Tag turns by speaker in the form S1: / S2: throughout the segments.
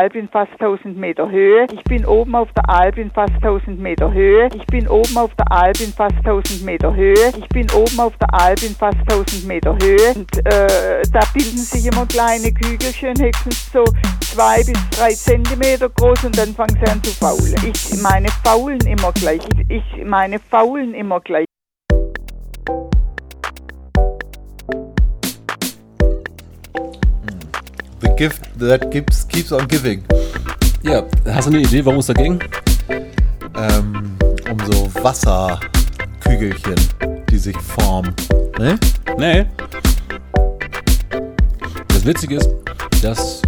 S1: Alp in fast 1000 Meter Höhe. Ich bin oben auf der Alp in fast 1000 Meter Höhe. Ich bin oben auf der Alp in fast 1000 Meter Höhe. Ich bin oben auf der Alp in fast 1000 Meter Höhe. Und äh, da bilden sich immer kleine Kügelchen, höchstens so zwei bis drei Zentimeter groß und dann fangen sie an zu faulen. Ich meine faulen immer gleich. Ich, ich meine faulen immer gleich.
S2: The gift that gives, keeps on giving.
S3: Ja, hast du eine Idee, warum es dagegen?
S2: Ähm, um so Wasserkügelchen, die sich formen. Ne?
S3: Nee. Das Witzige ist, das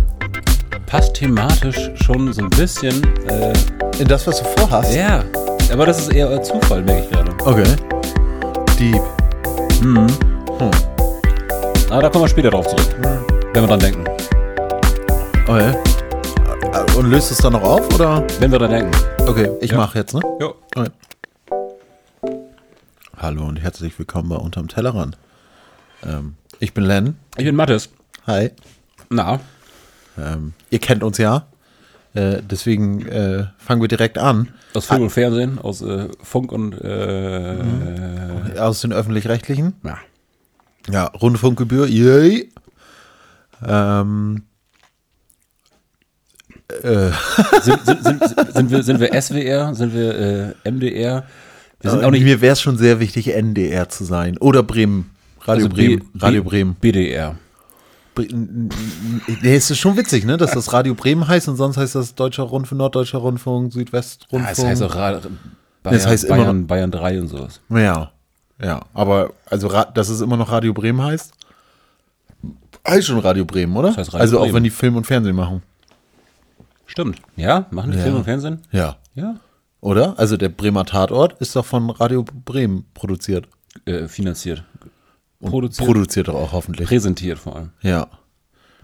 S3: passt thematisch schon so ein bisschen. Äh,
S2: In das, was du vorhast.
S3: ja, aber das ist eher Zufall, merke ich gerade.
S2: Okay. Deep.
S3: Mhm.
S2: Hm.
S3: Aber da kommen wir später drauf zurück, wenn wir dran denken.
S2: Okay. Äh, Und löst es dann noch auf, oder?
S3: Wenn wir dran denken.
S2: Okay, ich mach jetzt, ne?
S3: Jo.
S2: Okay. Hallo und herzlich willkommen bei Unterm Tellerrand. Ähm, ich bin Len.
S3: Ich bin Mattes.
S2: Hi.
S3: Na,
S2: Ähm, ihr kennt uns ja. Äh, deswegen äh, fangen wir direkt an.
S3: aus Film und Fernsehen, aus äh, Funk und äh,
S2: Aus den öffentlich-rechtlichen.
S3: na.
S2: Ja, Rundfunkgebühr, yay. Ähm,
S3: Sind, sind, sind, sind, sind, wir, sind wir SWR, sind wir äh, MDR?
S2: Äh,
S3: Wir sind auch nicht
S2: mir wäre es schon sehr wichtig, NDR zu sein. Oder Bremen. Radio
S3: also B-
S2: Bremen. Radio
S3: B-
S2: Bremen.
S3: BDR.
S2: Bre- n- n- n- Nee, es ist schon witzig, ne? Dass das Radio Bremen heißt und sonst heißt das Deutscher Rundfunk, Norddeutscher Rundfunk, Südwestrundfunk.
S3: Ah, es heißt auch Ra- Bayern,
S2: Das heißt immer
S3: Bayern, Bayern 3 und sowas.
S2: Ja, ja. Aber also, Ra- dass es immer noch Radio Bremen heißt, heißt schon Radio Bremen, oder?
S3: Das heißt Radio
S2: also auch
S3: Bremen.
S2: wenn die Film und Fernsehen machen.
S3: Stimmt. Ja? Machen die
S2: Ja.
S3: Film und Fernsehen?
S2: Ja.
S3: Ja.
S2: Oder? Also der Bremer Tatort ist doch von Radio Bremen produziert.
S3: Äh, finanziert. Produziert.
S2: Produziert doch auch hoffentlich.
S3: präsentiert vor allem.
S2: Ja.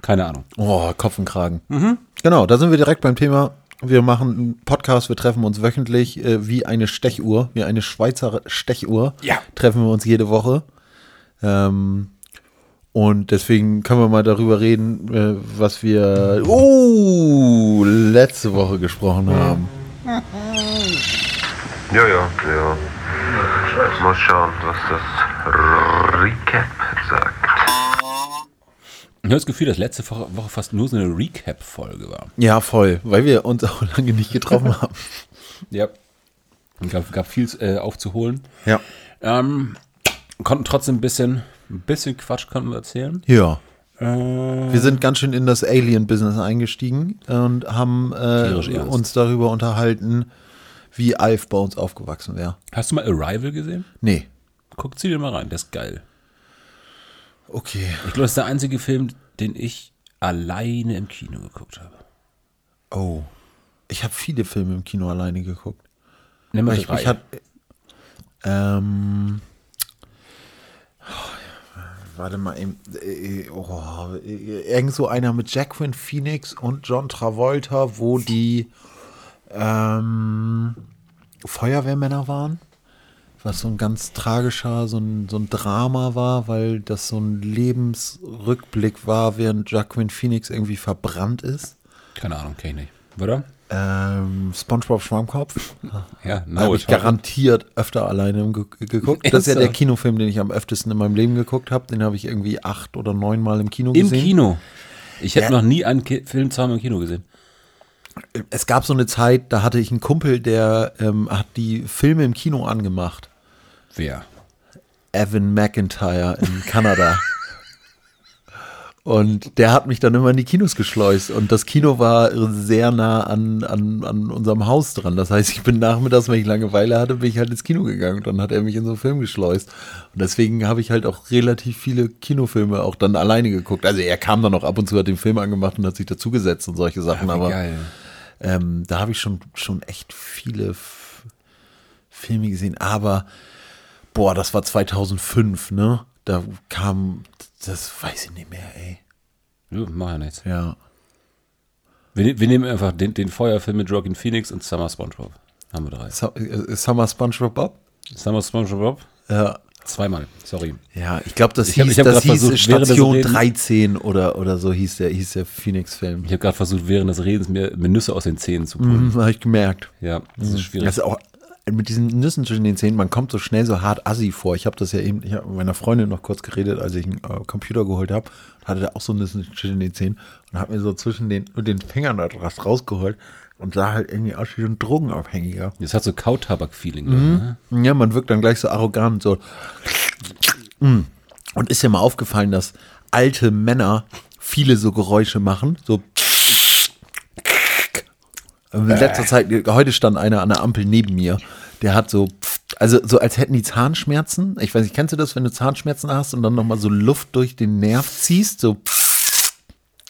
S3: Keine Ahnung.
S2: Oh, Kopf und Kragen. Genau, da sind wir direkt beim Thema. Wir machen einen Podcast, wir treffen uns wöchentlich äh, wie eine Stechuhr, wie eine Schweizer Stechuhr.
S3: Ja.
S2: Treffen wir uns jede Woche. Ähm, und deswegen können wir mal darüber reden, äh, was wir oh, letzte Woche gesprochen haben.
S4: Ja, ja, ja. Mal schauen, was das Recap sagt.
S3: Ich habe das Gefühl, dass letzte Woche Woche fast nur so eine Recap-Folge war.
S2: Ja, voll, weil wir uns auch lange nicht getroffen haben.
S3: Ja. Es gab, gab viel äh, aufzuholen.
S2: Ja.
S3: Ähm, konnten trotzdem ein bisschen, ein bisschen Quatsch konnten wir erzählen.
S2: Ja.
S3: Äh,
S2: Wir sind ganz schön in das Alien-Business eingestiegen und haben äh,
S3: Tierisch ernst.
S2: uns darüber unterhalten, wie Alf bei uns aufgewachsen wäre.
S3: hast du mal Arrival gesehen?
S2: Nee.
S3: Guck, zieh dir mal rein, der ist geil.
S2: Okay.
S3: Ich glaube, das ist der einzige Film, den ich alleine im Kino geguckt habe.
S2: Oh. Ich habe viele Filme im Kino alleine geguckt.
S3: Nimm mal
S2: Ich,
S3: drei.
S2: ich hat, ähm, oh, warte mal, eben, äh, oh, irgend so einer mit Jacqueline Phoenix und John Travolta, wo die ähm, Feuerwehrmänner waren. Was so ein ganz tragischer, so ein, so ein Drama war, weil das so ein Lebensrückblick war, während Jacqueline Phoenix irgendwie verbrannt ist.
S3: Keine Ahnung, kenn ich nicht. Oder?
S2: Ähm, SpongeBob Schwammkopf.
S3: Ja, no,
S2: Habe ich garantiert öfter alleine im ge geguckt. Das ist ja
S3: Ernsthaft?
S2: der Kinofilm, den ich am öftesten in meinem Leben geguckt habe. Den habe ich irgendwie acht oder neun Mal im Kino
S3: Im
S2: gesehen.
S3: Kino. Ich hätte
S2: Ja.
S3: noch nie einen Ki Film zweimal im Kino gesehen.
S2: Es gab so eine Zeit, da hatte ich einen Kumpel, der ähm, hat die Filme im Kino angemacht.
S3: Wer?
S2: Evan McIntyre in Kanada. Und der hat mich dann immer in die Kinos geschleust. Und das Kino war sehr nah an, an, an unserem Haus dran. Das heißt, ich bin nachmittags, wenn ich Langeweile hatte, bin ich halt ins Kino gegangen. Und dann hat er mich in so einen Film geschleust. Und deswegen habe ich halt auch relativ viele Kinofilme auch dann alleine geguckt. Also er kam dann auch ab und zu, hat den Film angemacht und hat sich dazugesetzt und solche Sachen. Aber
S3: Geil.
S2: ähm, da habe ich schon, schon echt viele F Filme gesehen, aber boah, das war 2005, ne? Da kam, das weiß ich nicht mehr, ey.
S3: Ja, mach ja nichts.
S2: Ja.
S3: Wir, ne- wir nehmen einfach den, den Feuerfilm mit Joaquin Phoenix und Summer SpongeBob. Haben wir drei.
S2: Su- äh, Summer SpongeBob Bob?
S3: Summer SpongeBob,
S2: Ja.
S3: Zweimal, sorry.
S2: Ja, ich glaube, das
S3: Ich
S2: hieß,
S3: hab- ich hab
S2: das
S3: grad
S2: hieß
S3: versucht, während wir so
S2: Station
S3: reden-
S2: 13 oder, oder so hieß der, hieß der Phoenix-Film.
S3: Ich habe gerade versucht, während des Redens mir, mir Nüsse aus den Zähnen zu pulen.
S2: Mhm, Also Habe ich gemerkt.
S3: Ja, das ist schwierig.
S2: Das ist auch mit diesen Nüssen zwischen den Zähnen, man kommt so schnell so hart assi vor. Ich habe das ja eben, ich habe mit meiner Freundin noch kurz geredet, als ich einen äh, Computer geholt habe, hatte da auch so Nüsse zwischen den Zähnen und habe mir so zwischen den, mit den Fingern da was rausgeholt und sah halt irgendwie aus wie so ein Drogenabhängiger.
S3: Das hat so
S2: Mhm.
S3: Kautabak-Feeling. dann, Ne?
S2: Ja, man wirkt dann gleich so arrogant, so. Mm. Und ist ja mal aufgefallen, dass alte Männer viele so Geräusche machen, so. In letzter Zeit, heute stand einer an der Ampel neben mir, der hat so, also so als hätten die Zahnschmerzen. Ich weiß nicht, kennst du das, wenn du Zahnschmerzen hast und dann nochmal so Luft durch den Nerv ziehst? So,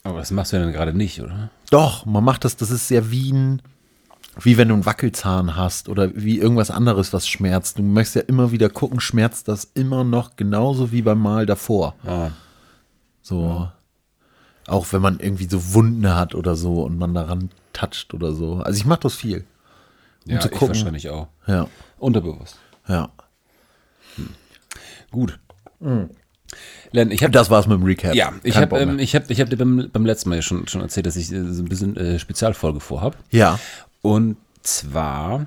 S3: Aber das machst du ja dann gerade nicht, oder?
S2: doch, man macht das, das ist ja wie ein, wie wenn du einen Wackelzahn hast oder wie irgendwas anderes, was schmerzt. Du möchtest ja immer wieder gucken, schmerzt das immer noch genauso wie beim Mal davor.
S3: Ah.
S2: So. Auch wenn man irgendwie so Wunden hat oder so und man daran toucht oder so. Also ich mache das viel.
S3: Ja,
S2: Um zu
S3: ich
S2: gucken.
S3: wahrscheinlich auch.
S2: Ja,
S3: Unterbewusst.
S2: ja.
S3: Gut.
S2: Mhm.
S3: Len, ich habe
S2: Das war's mit dem Recap.
S3: Ja, ich
S2: Kein
S3: habe
S2: Bock
S3: ähm,
S2: mehr.
S3: ich hab, ich hab dir beim, beim letzten Mal ja schon, schon erzählt, dass ich äh, so ein bisschen äh, Spezialfolge vorhab.
S2: ja.
S3: Und zwar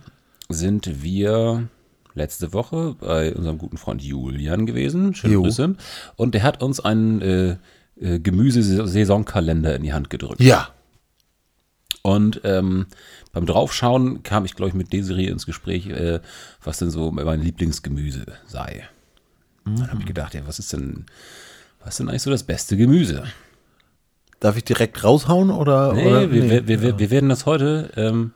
S3: sind wir letzte Woche bei unserem guten Freund Julian gewesen. Schöne
S2: Jo.
S3: Grüße. Und der hat uns einen äh, äh, Gemüsesaisonkalender in die Hand gedrückt.
S2: Ja.
S3: Und ähm, beim Draufschauen kam ich, glaube ich, mit Desiree ins Gespräch, äh, was denn so mein Lieblingsgemüse sei.
S2: Mhm.
S3: Dann habe ich gedacht, ja, was ist denn, was ist denn eigentlich so das beste Gemüse?
S2: Darf ich direkt raushauen oder?
S3: Nee,
S2: oder?
S3: wir,
S2: Nee.
S3: Wir, wir, wir, wir werden das heute, ähm,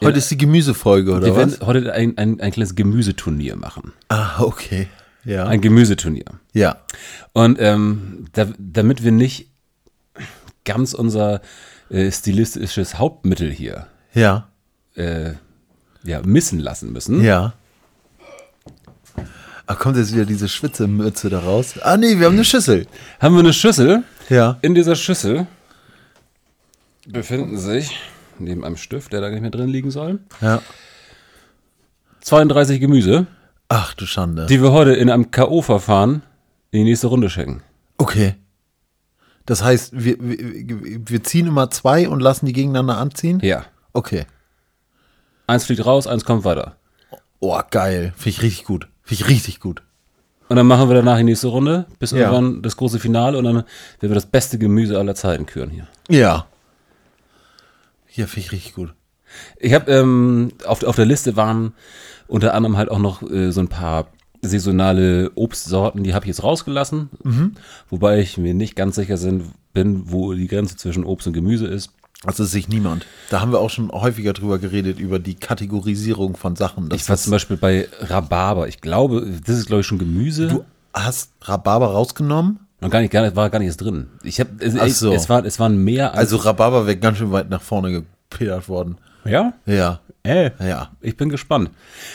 S2: heute ist die Gemüsefolge oder
S3: wir werden
S2: was?
S3: heute ein, ein, ein kleines Gemüseturnier machen.
S2: Ah, okay. Ja.
S3: Ein Gemüseturnier.
S2: ja.
S3: Und ähm, da, damit wir nicht ganz unser äh, stilistisches Hauptmittel hier
S2: Ja.
S3: äh, ja, missen lassen müssen,
S2: Ja. Ach, kommt jetzt wieder diese Schwitzemütze da raus? Ah, nee, wir haben eine Schüssel.
S3: haben wir eine Schüssel.
S2: Ja.
S3: In dieser Schüssel befinden sich, neben einem Stift, der da nicht mehr drin liegen soll,
S2: Ja.
S3: 32 Gemüse,
S2: Ach, du Schande.
S3: die wir heute in einem K.O.-Verfahren in die nächste Runde schicken.
S2: okay. Das heißt, wir, wir, wir ziehen immer zwei und lassen die gegeneinander anziehen?
S3: Ja.
S2: Okay.
S3: Eins fliegt raus, eins kommt weiter.
S2: Oh, geil. Finde ich richtig gut. Finde ich richtig gut.
S3: Und dann machen wir danach die nächste Runde, bis
S2: Ja.
S3: irgendwann das große Finale und dann werden wir das beste Gemüse aller Zeiten küren hier.
S2: Ja. Ja, finde ich richtig gut.
S3: Ich habe ähm, auf, auf der Liste waren unter anderem halt auch noch äh, so ein paar saisonale Obstsorten, die habe ich jetzt rausgelassen,
S2: Mhm.
S3: wobei ich mir nicht ganz sicher sind, bin, wo die Grenze zwischen Obst und Gemüse ist.
S2: Also es sich niemand. Da haben wir auch schon häufiger drüber geredet, über die Kategorisierung von Sachen. Das
S3: Ich war zum Beispiel bei Rhabarber. Ich glaube, das ist glaube ich schon Gemüse.
S2: du hast Rhabarber rausgenommen?
S3: und gar nicht, gar nicht, war gar nicht erst drin. Ich habe, es,
S2: Ach so.
S3: es, war, es waren mehr als,
S2: Also Rhabarber wäre ganz schön weit nach vorne gepedert worden.
S3: ja,
S2: Ja.
S3: Äh,
S2: Ja.
S3: Ich bin gespannt.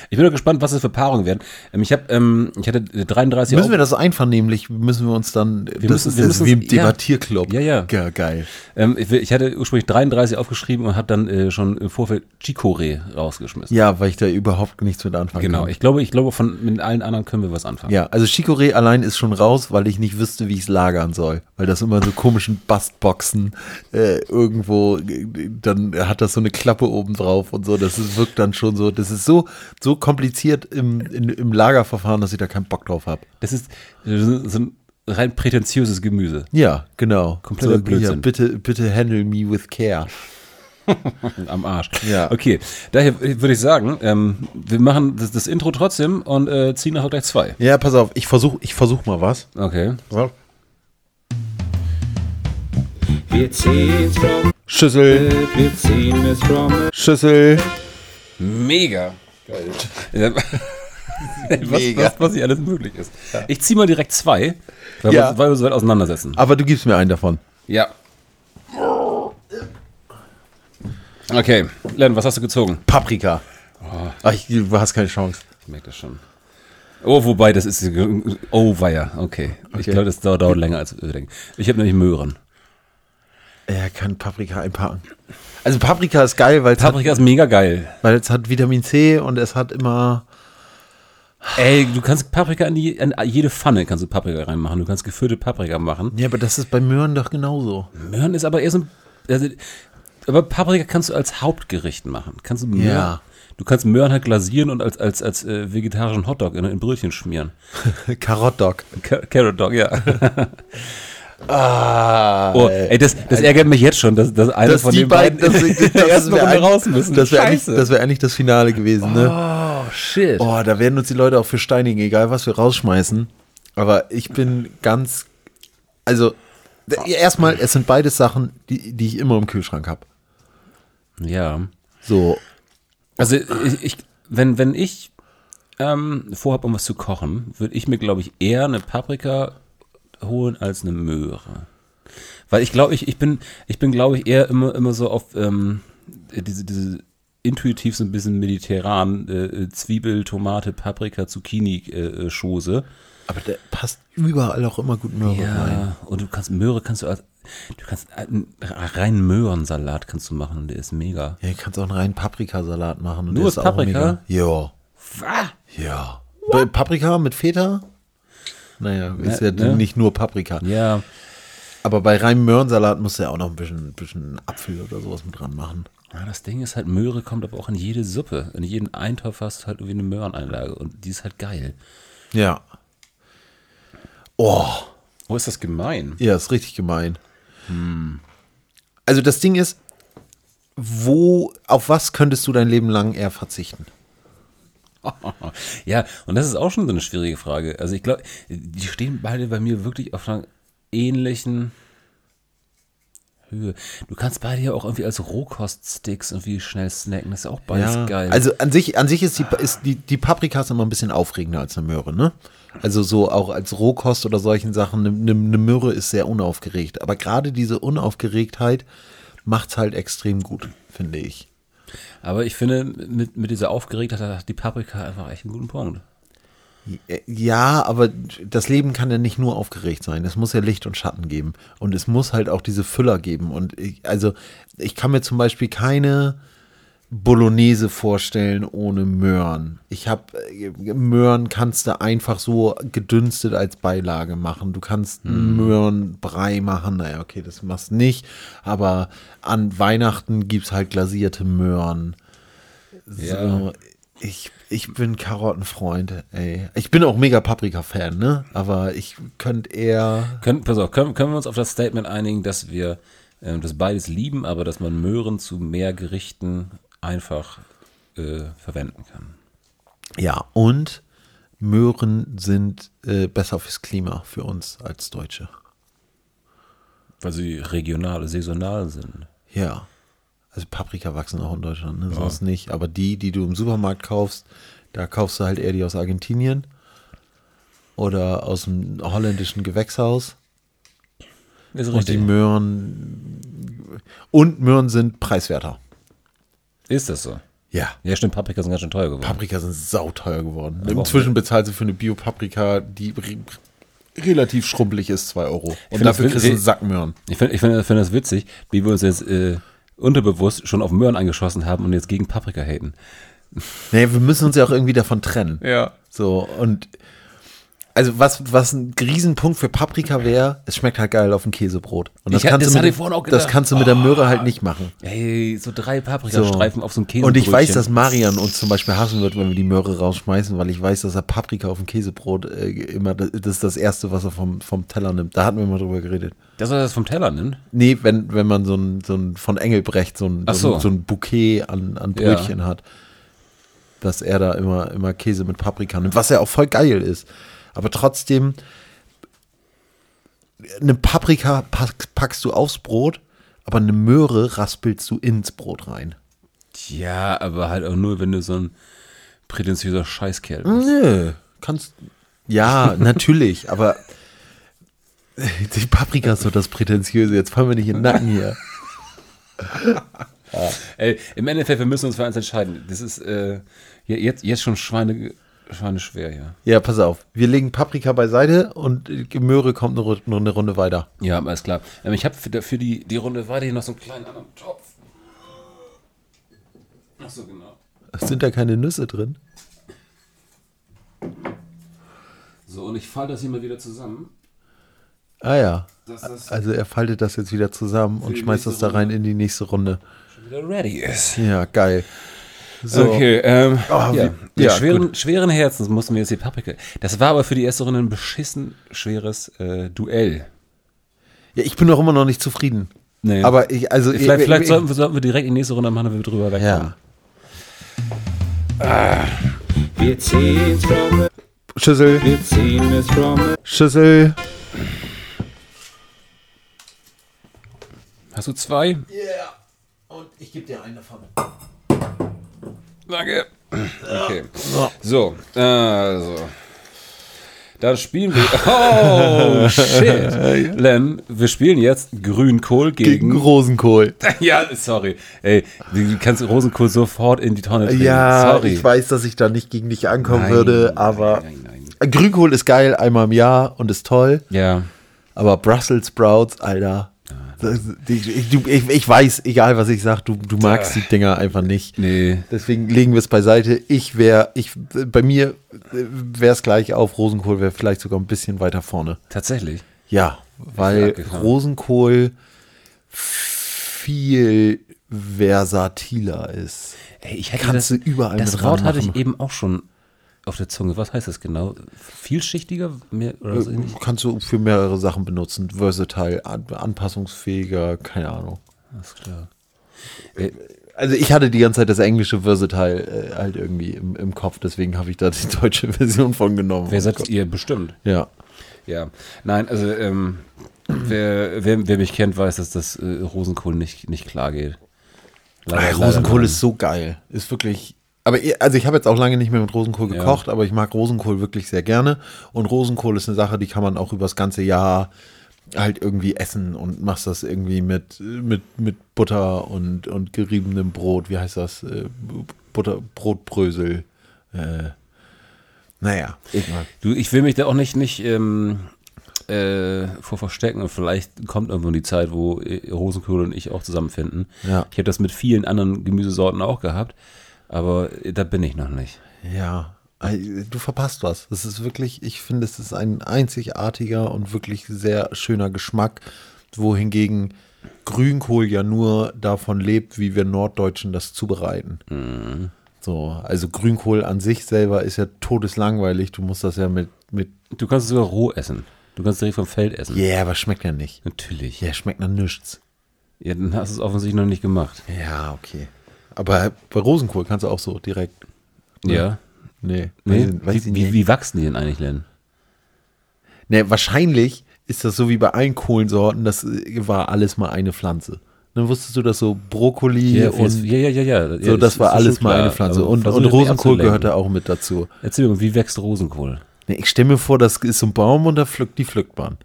S3: Ich bin auch gespannt, was es für Paarungen werden. Ähm, ich habe, ähm, ich hatte 33
S2: Müssen wir das einvernehmlich, müssen wir uns dann, das
S3: müssen-
S2: ist
S3: wir
S2: jetzt
S3: müssen-
S2: wie im
S3: ja.
S2: Debattierclub.
S3: Ja, ja.
S2: Ge geil.
S3: ähm, ich, ich hatte ursprünglich 33 aufgeschrieben und habe dann äh, schon im Vorfeld Chicorée rausgeschmissen.
S2: Ja, weil ich da überhaupt nichts mit anfangen
S3: genau.
S2: kann.
S3: Ich glaube, ich glaube, von mit allen anderen können wir was anfangen.
S2: Ja, also Chicorée allein ist schon raus, weil ich nicht wüsste, wie ich es lagern soll. Weil das immer in so komischen Bastboxen äh, irgendwo, äh, dann hat das so eine Klappe oben drauf und so. Das ist, wirkt dann schon so, das ist so, so kompliziert im, in, im Lagerverfahren, dass ich da keinen Bock drauf habe.
S3: Das ist äh, so so ein rein prätentiöses Gemüse.
S2: Ja, genau.
S3: Kompletter
S2: ja,
S3: Blödsinn.
S2: bitte, bitte handle me with care.
S3: Am Arsch.
S2: Ja.
S3: Okay. Daher würde ich sagen, ähm, wir machen das, das Intro trotzdem und äh, ziehen nachher gleich zwei.
S2: Ja, pass auf, ich versuche ich versuch mal was.
S3: Okay.
S5: Wir ziehen's from,
S2: Schüssel,
S5: wir ziehen es from.
S2: Schüssel.
S3: Mega. Geil. was,
S2: Mega.
S3: Was, was hier alles möglich ist. Ich zieh mal direkt zwei, weil,
S2: Ja.
S3: wir, weil wir so weit auseinandersetzen.
S2: Aber du gibst mir einen davon.
S3: Ja. Okay, Len, was hast du gezogen?
S2: Paprika. Ach, ich, du hast keine Chance.
S3: Ich merke das schon. Oh, wobei, das ist. Oh, weia, okay. Ich
S2: Okay.
S3: glaube, das dauert, dauert länger als wir denken. Ich habe nämlich Möhren.
S2: Er kann Paprika einpacken. Also Paprika ist geil, weil es, hat,
S3: Paprika ist mega geil.
S2: weil es hat Vitamin C und es hat immer
S3: Ey, du kannst Paprika in, die, in jede Pfanne kannst du Paprika reinmachen. Du kannst gefüllte Paprika machen.
S2: Ja, aber das ist bei Möhren doch genauso.
S3: Möhren ist aber eher so ein. Also, aber Paprika kannst du als Hauptgericht machen. Kannst du Möhren,
S2: Ja.
S3: Du kannst Möhren halt glasieren und als, als, als äh, vegetarischen Hotdog in, in Brötchen schmieren.
S2: Karottdog.
S3: Car- Carrot Dog, ja.
S2: Ah.
S3: Oh, ey, das, das ärgert mich jetzt schon, dass, dass einer
S2: dass
S3: von
S2: die
S3: den beiden,
S2: beiden, dass, dass,
S3: der ersten
S2: wär
S3: Runde
S2: eigentlich-
S3: raus müssen.
S2: Das wäre eigentlich,
S3: Scheiße.
S2: das wär eigentlich das Finale gewesen, ne?
S3: oh, shit.
S2: Oh, da werden uns die Leute auch für steinigen, egal was wir rausschmeißen. Aber ich bin ganz, also d- erstmal, es sind beides Sachen, die, die ich immer im Kühlschrank habe.
S3: Ja.
S2: So,
S3: Also ich, ich wenn, wenn ich ähm, vorhabe, um was zu kochen, würde ich mir, glaube ich, eher eine Paprika holen als eine Möhre. Weil ich glaube, ich, ich bin, ich bin, glaube ich, eher immer, immer so auf ähm, diese, diese intuitiv so ein bisschen mediterran äh, äh, Zwiebel, Tomate, Paprika, Zucchini äh, äh, Schose.
S2: aber da passt überall auch immer gut Möhre rein.
S3: Und du kannst Möhre kannst du als du kannst einen reinen Möhrensalat kannst du machen, der ist mega.
S2: Ja, du kannst auch einen reinen Paprikasalat machen. Und der
S3: Nur mit
S2: ist
S3: Paprika?
S2: Auch mega. Ja.
S3: Ah!
S2: Ja. Bei Paprika mit Feta? Naja, ist ja
S3: ne?
S2: nicht nur Paprika.
S3: Ja,
S2: Aber bei reinem Möhrensalat musst du ja auch noch ein bisschen, bisschen Apfel oder sowas mit dran machen.
S3: Ja, das Ding ist halt, Möhre kommt aber auch in jede Suppe. In jeden Eintopf hast du halt irgendwie eine Möhreneinlage und die ist halt geil.
S2: Ja. Oh,
S3: Oh, ist das gemein?
S2: ja, ist richtig gemein.
S3: Hm.
S2: Also das Ding ist, wo, auf was könntest du dein Leben lang eher verzichten?
S3: Ja, und das ist auch schon so eine schwierige Frage. Also ich glaube, die stehen beide bei mir wirklich auf einer ähnlichen Höhe. Du kannst beide ja auch irgendwie als Rohkoststicks irgendwie schnell snacken. Das ist ja auch beides geil.
S2: Also an sich, an sich ist, die, ist die, die Paprika ist immer ein bisschen aufregender als eine Möhre, ne? Also so auch als Rohkost oder solchen Sachen, eine ne, ne Möhre ist sehr unaufgeregt. Aber gerade diese Unaufgeregtheit macht's halt extrem gut, finde ich.
S3: aber ich finde, mit, mit dieser Aufgeregtheit hat die Paprika einfach echt einen guten Punkt.
S2: Ja, aber das Leben kann ja nicht nur aufgeregt sein. Es muss ja Licht und Schatten geben. Und es muss halt auch diese Füller geben. Und ich, also, ich kann mir zum Beispiel keine Bolognese vorstellen ohne Möhren. Ich habe Möhren kannst du einfach so gedünstet als Beilage machen. Du kannst einen Möhrenbrei machen. Naja, okay, das machst nicht. Aber an Weihnachten gibt's halt glasierte Möhren. So,
S3: Ja.
S2: ich, ich bin Karottenfreund, ey. Ich bin auch mega Paprika-Fan, ne? Aber ich könnte eher.
S3: Können, pass auf, können, können wir uns auf das Statement einigen, dass wir ähm, das beides lieben, aber dass man Möhren zu mehr Gerichten einfach äh, verwenden kann.
S2: Ja, und Möhren sind äh, besser fürs Klima für uns als Deutsche.
S3: Weil sie regional, saisonal sind.
S2: Ja. Also Paprika wachsen auch in Deutschland, ne? Sonst nicht. Aber die, die du im Supermarkt kaufst, da kaufst du halt eher die aus Argentinien oder aus dem holländischen Gewächshaus.
S3: Ist
S2: Und die
S3: richtig.
S2: Möhren. Und Möhren sind preiswerter.
S3: Ist das so?
S2: Ja.
S3: Ja, stimmt, Paprika sind ganz schön teuer geworden.
S2: Paprika sind sauteuer geworden.
S3: auch
S2: Inzwischen bezahlt sie für eine Bio-Paprika, die re relativ schrumpelig ist, 2 Euro. Und
S3: find,
S2: dafür
S3: das-
S2: kriegst du einen Sack Möhren.
S3: ich finde ich find, ich find das witzig, wie wir uns jetzt äh, unterbewusst schon auf Möhren angeschossen haben und jetzt gegen Paprika haten.
S2: Naja, wir müssen uns ja auch irgendwie davon trennen.
S3: Ja.
S2: So, und also was, was ein Riesenpunkt für Paprika wäre, es schmeckt halt geil auf ein Käsebrot. Und
S3: Ich- das hatte
S2: mit,
S3: ich vorhin auch
S2: das
S3: gedacht.
S2: kannst du mit der Möhre halt nicht machen.
S3: Ey, so drei
S2: So.
S3: Paprikastreifen auf so einem Käse.
S2: Und ich weiß, dass Marian uns zum Beispiel hassen wird, wenn wir die Möhre rausschmeißen, weil ich weiß, dass er Paprika auf dem Käsebrot äh, immer, das ist das Erste, was er vom, vom Teller nimmt. Da hatten wir mal drüber geredet.
S3: Dass er das vom Teller ne? nimmt.
S2: Nee, wenn, wenn man so ein, so ein von Engelbrecht so ein,
S3: Ach
S2: so.
S3: so.
S2: ein- so ein Bouquet an, an
S3: Ja.
S2: Brötchen hat, dass er da immer, immer Käse mit Paprika nimmt, was ja auch voll geil ist. Aber trotzdem, eine Paprika pack, packst du aufs Brot, aber eine Möhre raspelst du ins Brot rein.
S3: Ja, aber halt auch nur, wenn du so ein prätentiöser Scheißkerl bist.
S2: Nö, kannst. Ja, natürlich, aber die Paprika ist so das Prätentiöse. Jetzt fallen wir nicht in den Nacken hier.
S3: Ey, im Endeffekt, wir müssen uns für eins entscheiden. Das ist äh, ja, jetzt, jetzt schon Schweine, Schweine schwer, ja.
S2: Ja, pass auf. Wir legen Paprika beiseite und äh, Möhre kommt eine, Ru- eine Runde weiter.
S3: Ja, alles klar. Ähm, ich habe für, für die, die Runde weiter hier noch so einen kleinen anderen Topf. Ach so, genau.
S2: Sind da keine Nüsse drin?
S3: So, und ich falte das hier mal wieder zusammen.
S2: Ah ja.
S3: Dass das
S2: Also er faltet das jetzt wieder zusammen und
S3: die
S2: schmeißt das
S3: nächste
S2: da rein in die nächste Runde.
S3: schon wieder ready ist.
S2: Ja, geil. So.
S3: Okay, ähm,
S2: Ah,
S3: ja.
S2: wie- ja,
S3: ja, schweren, schweren Herzens mussten wir jetzt die Paprika. Das war aber für die erste Runde ein beschissen schweres äh, Duell.
S2: Ja, ich bin doch immer noch nicht zufrieden.
S3: Nee.
S2: Aber ich, also
S3: Vielleicht,
S2: ich,
S3: vielleicht
S2: ich,
S3: sollten, wir, sollten wir direkt in die nächste Runde machen, damit wir drüber wegkommen.
S2: Ja.
S5: Wir ziehen's from,
S2: Schüssel,
S5: wir ziehen es from,
S2: Schüssel.
S3: Hast du zwei?
S2: Und ich gebe dir einen davon.
S3: Danke. Okay. So, also. Dann spielen wir. Oh, shit. Len, wir spielen jetzt Grünkohl
S2: Gegen
S3: gegen.
S2: Rosenkohl.
S3: ja, sorry. Ey, du kannst Rosenkohl sofort in die Tonne treten.
S2: Ja,
S3: sorry.
S2: ich weiß, dass ich da nicht gegen dich ankommen
S3: Nein,
S2: würde,
S3: nein,
S2: aber
S3: nein, nein.
S2: Grünkohl ist geil einmal im Jahr und ist toll,
S3: Ja.
S2: aber Brussels Sprouts, Alter. Das- Ich, ich, du- ich, ich weiß, egal was ich sag, du, du magst die Dinger einfach nicht.
S3: Nee.
S2: Deswegen legen wir es beiseite. Ich wäre, ich, bei mir wäre es gleich auf. Rosenkohl wäre vielleicht sogar ein bisschen weiter vorne.
S3: Tatsächlich.
S2: Ja, weil
S3: abgefahren.
S2: Rosenkohl viel versatiler ist.
S3: Ey, ich hätte
S2: Kannst
S3: das,
S2: du überall
S3: Das
S2: mit
S3: Wort hatte ich
S2: ranmachen.
S3: eben auch schon auf der Zunge. Was heißt das genau? Vielschichtiger? Mehr,
S2: Äh,
S3: oder so ähnlich?
S2: Kannst du für mehrere Sachen benutzen. Versatile, an, anpassungsfähiger, keine Ahnung.
S3: Alles klar. Äh,
S2: Also ich hatte die ganze Zeit das englische Versatile äh, halt irgendwie im, im Kopf, deswegen habe ich da die deutsche Version von genommen.
S3: Wer seid ihr? Bestimmt.
S2: ja.
S3: Ja, nein, also ähm, wer, wer, wer mich kennt, weiß, dass das äh, Rosenkohl nicht, nicht klar geht. Leider-
S2: Ey,
S3: leider
S2: Rosenkohl
S3: nein.
S2: ist so geil. Ist wirklich. Aber eh- also ich habe jetzt auch lange nicht mehr mit Rosenkohl
S3: Ja.
S2: gekocht, aber ich mag Rosenkohl wirklich sehr gerne. Und Rosenkohl ist eine Sache, die kann man auch übers ganze Jahr halt irgendwie essen und machst das irgendwie mit, mit, mit Butter und, und geriebenem Brot. Wie heißt das? Äh, Butter, Brotbrösel. Äh, naja, egal.
S3: Du, ich will mich da auch nicht, nicht ähm, äh, vor verstecken und vielleicht kommt irgendwann die Zeit, wo äh, Rosenkohl und ich auch zusammenfinden.
S2: Ja.
S3: Ich habe das mit vielen anderen Gemüsesorten auch gehabt, aber äh, da bin ich noch nicht.
S2: Ja, Ei, du verpasst was. Das ist wirklich, ich finde, es ist ein einzigartiger und wirklich sehr schöner Geschmack, wohingegen Grünkohl ja nur davon lebt, wie wir Norddeutschen das zubereiten.
S3: Mhm.
S2: So, also Grünkohl an sich selber ist ja todeslangweilig. Du musst das ja mit, mit,
S3: Du kannst es sogar roh essen. Du kannst direkt vom Feld essen.
S2: ja, aber schmeckt ja nicht.
S3: Natürlich.
S2: Ja, schmeckt nach nichts.
S3: Ja, dann hast du es offensichtlich noch nicht gemacht.
S2: Ja, okay. Aber bei Rosenkohl kannst du auch so direkt.
S3: Ja.
S2: Nee,
S3: Nee?
S2: weiß ich- weiß ich
S3: wie, wie, wie wachsen die denn eigentlich, Len?
S2: Ne, wahrscheinlich ist das so wie bei allen Kohlensorten, das äh, war alles mal eine Pflanze. Dann wusstest du, dass so Brokkoli
S3: Ja,
S2: und
S3: ja, ja, ja, ja.
S2: so,
S3: ja,
S2: das
S3: ist-
S2: war
S3: ist
S2: alles
S3: schon
S2: mal
S3: klar,
S2: eine Pflanze.
S3: aber
S2: Und,
S3: versuch
S2: und
S3: das nicht
S2: Rosenkohl
S3: abzulenken.
S2: gehört da auch mit dazu.
S3: Erzähl mir, wie wächst Rosenkohl?
S2: Nee, ich stelle mir vor, das ist so ein Baum und da pflückt, die pflückt man.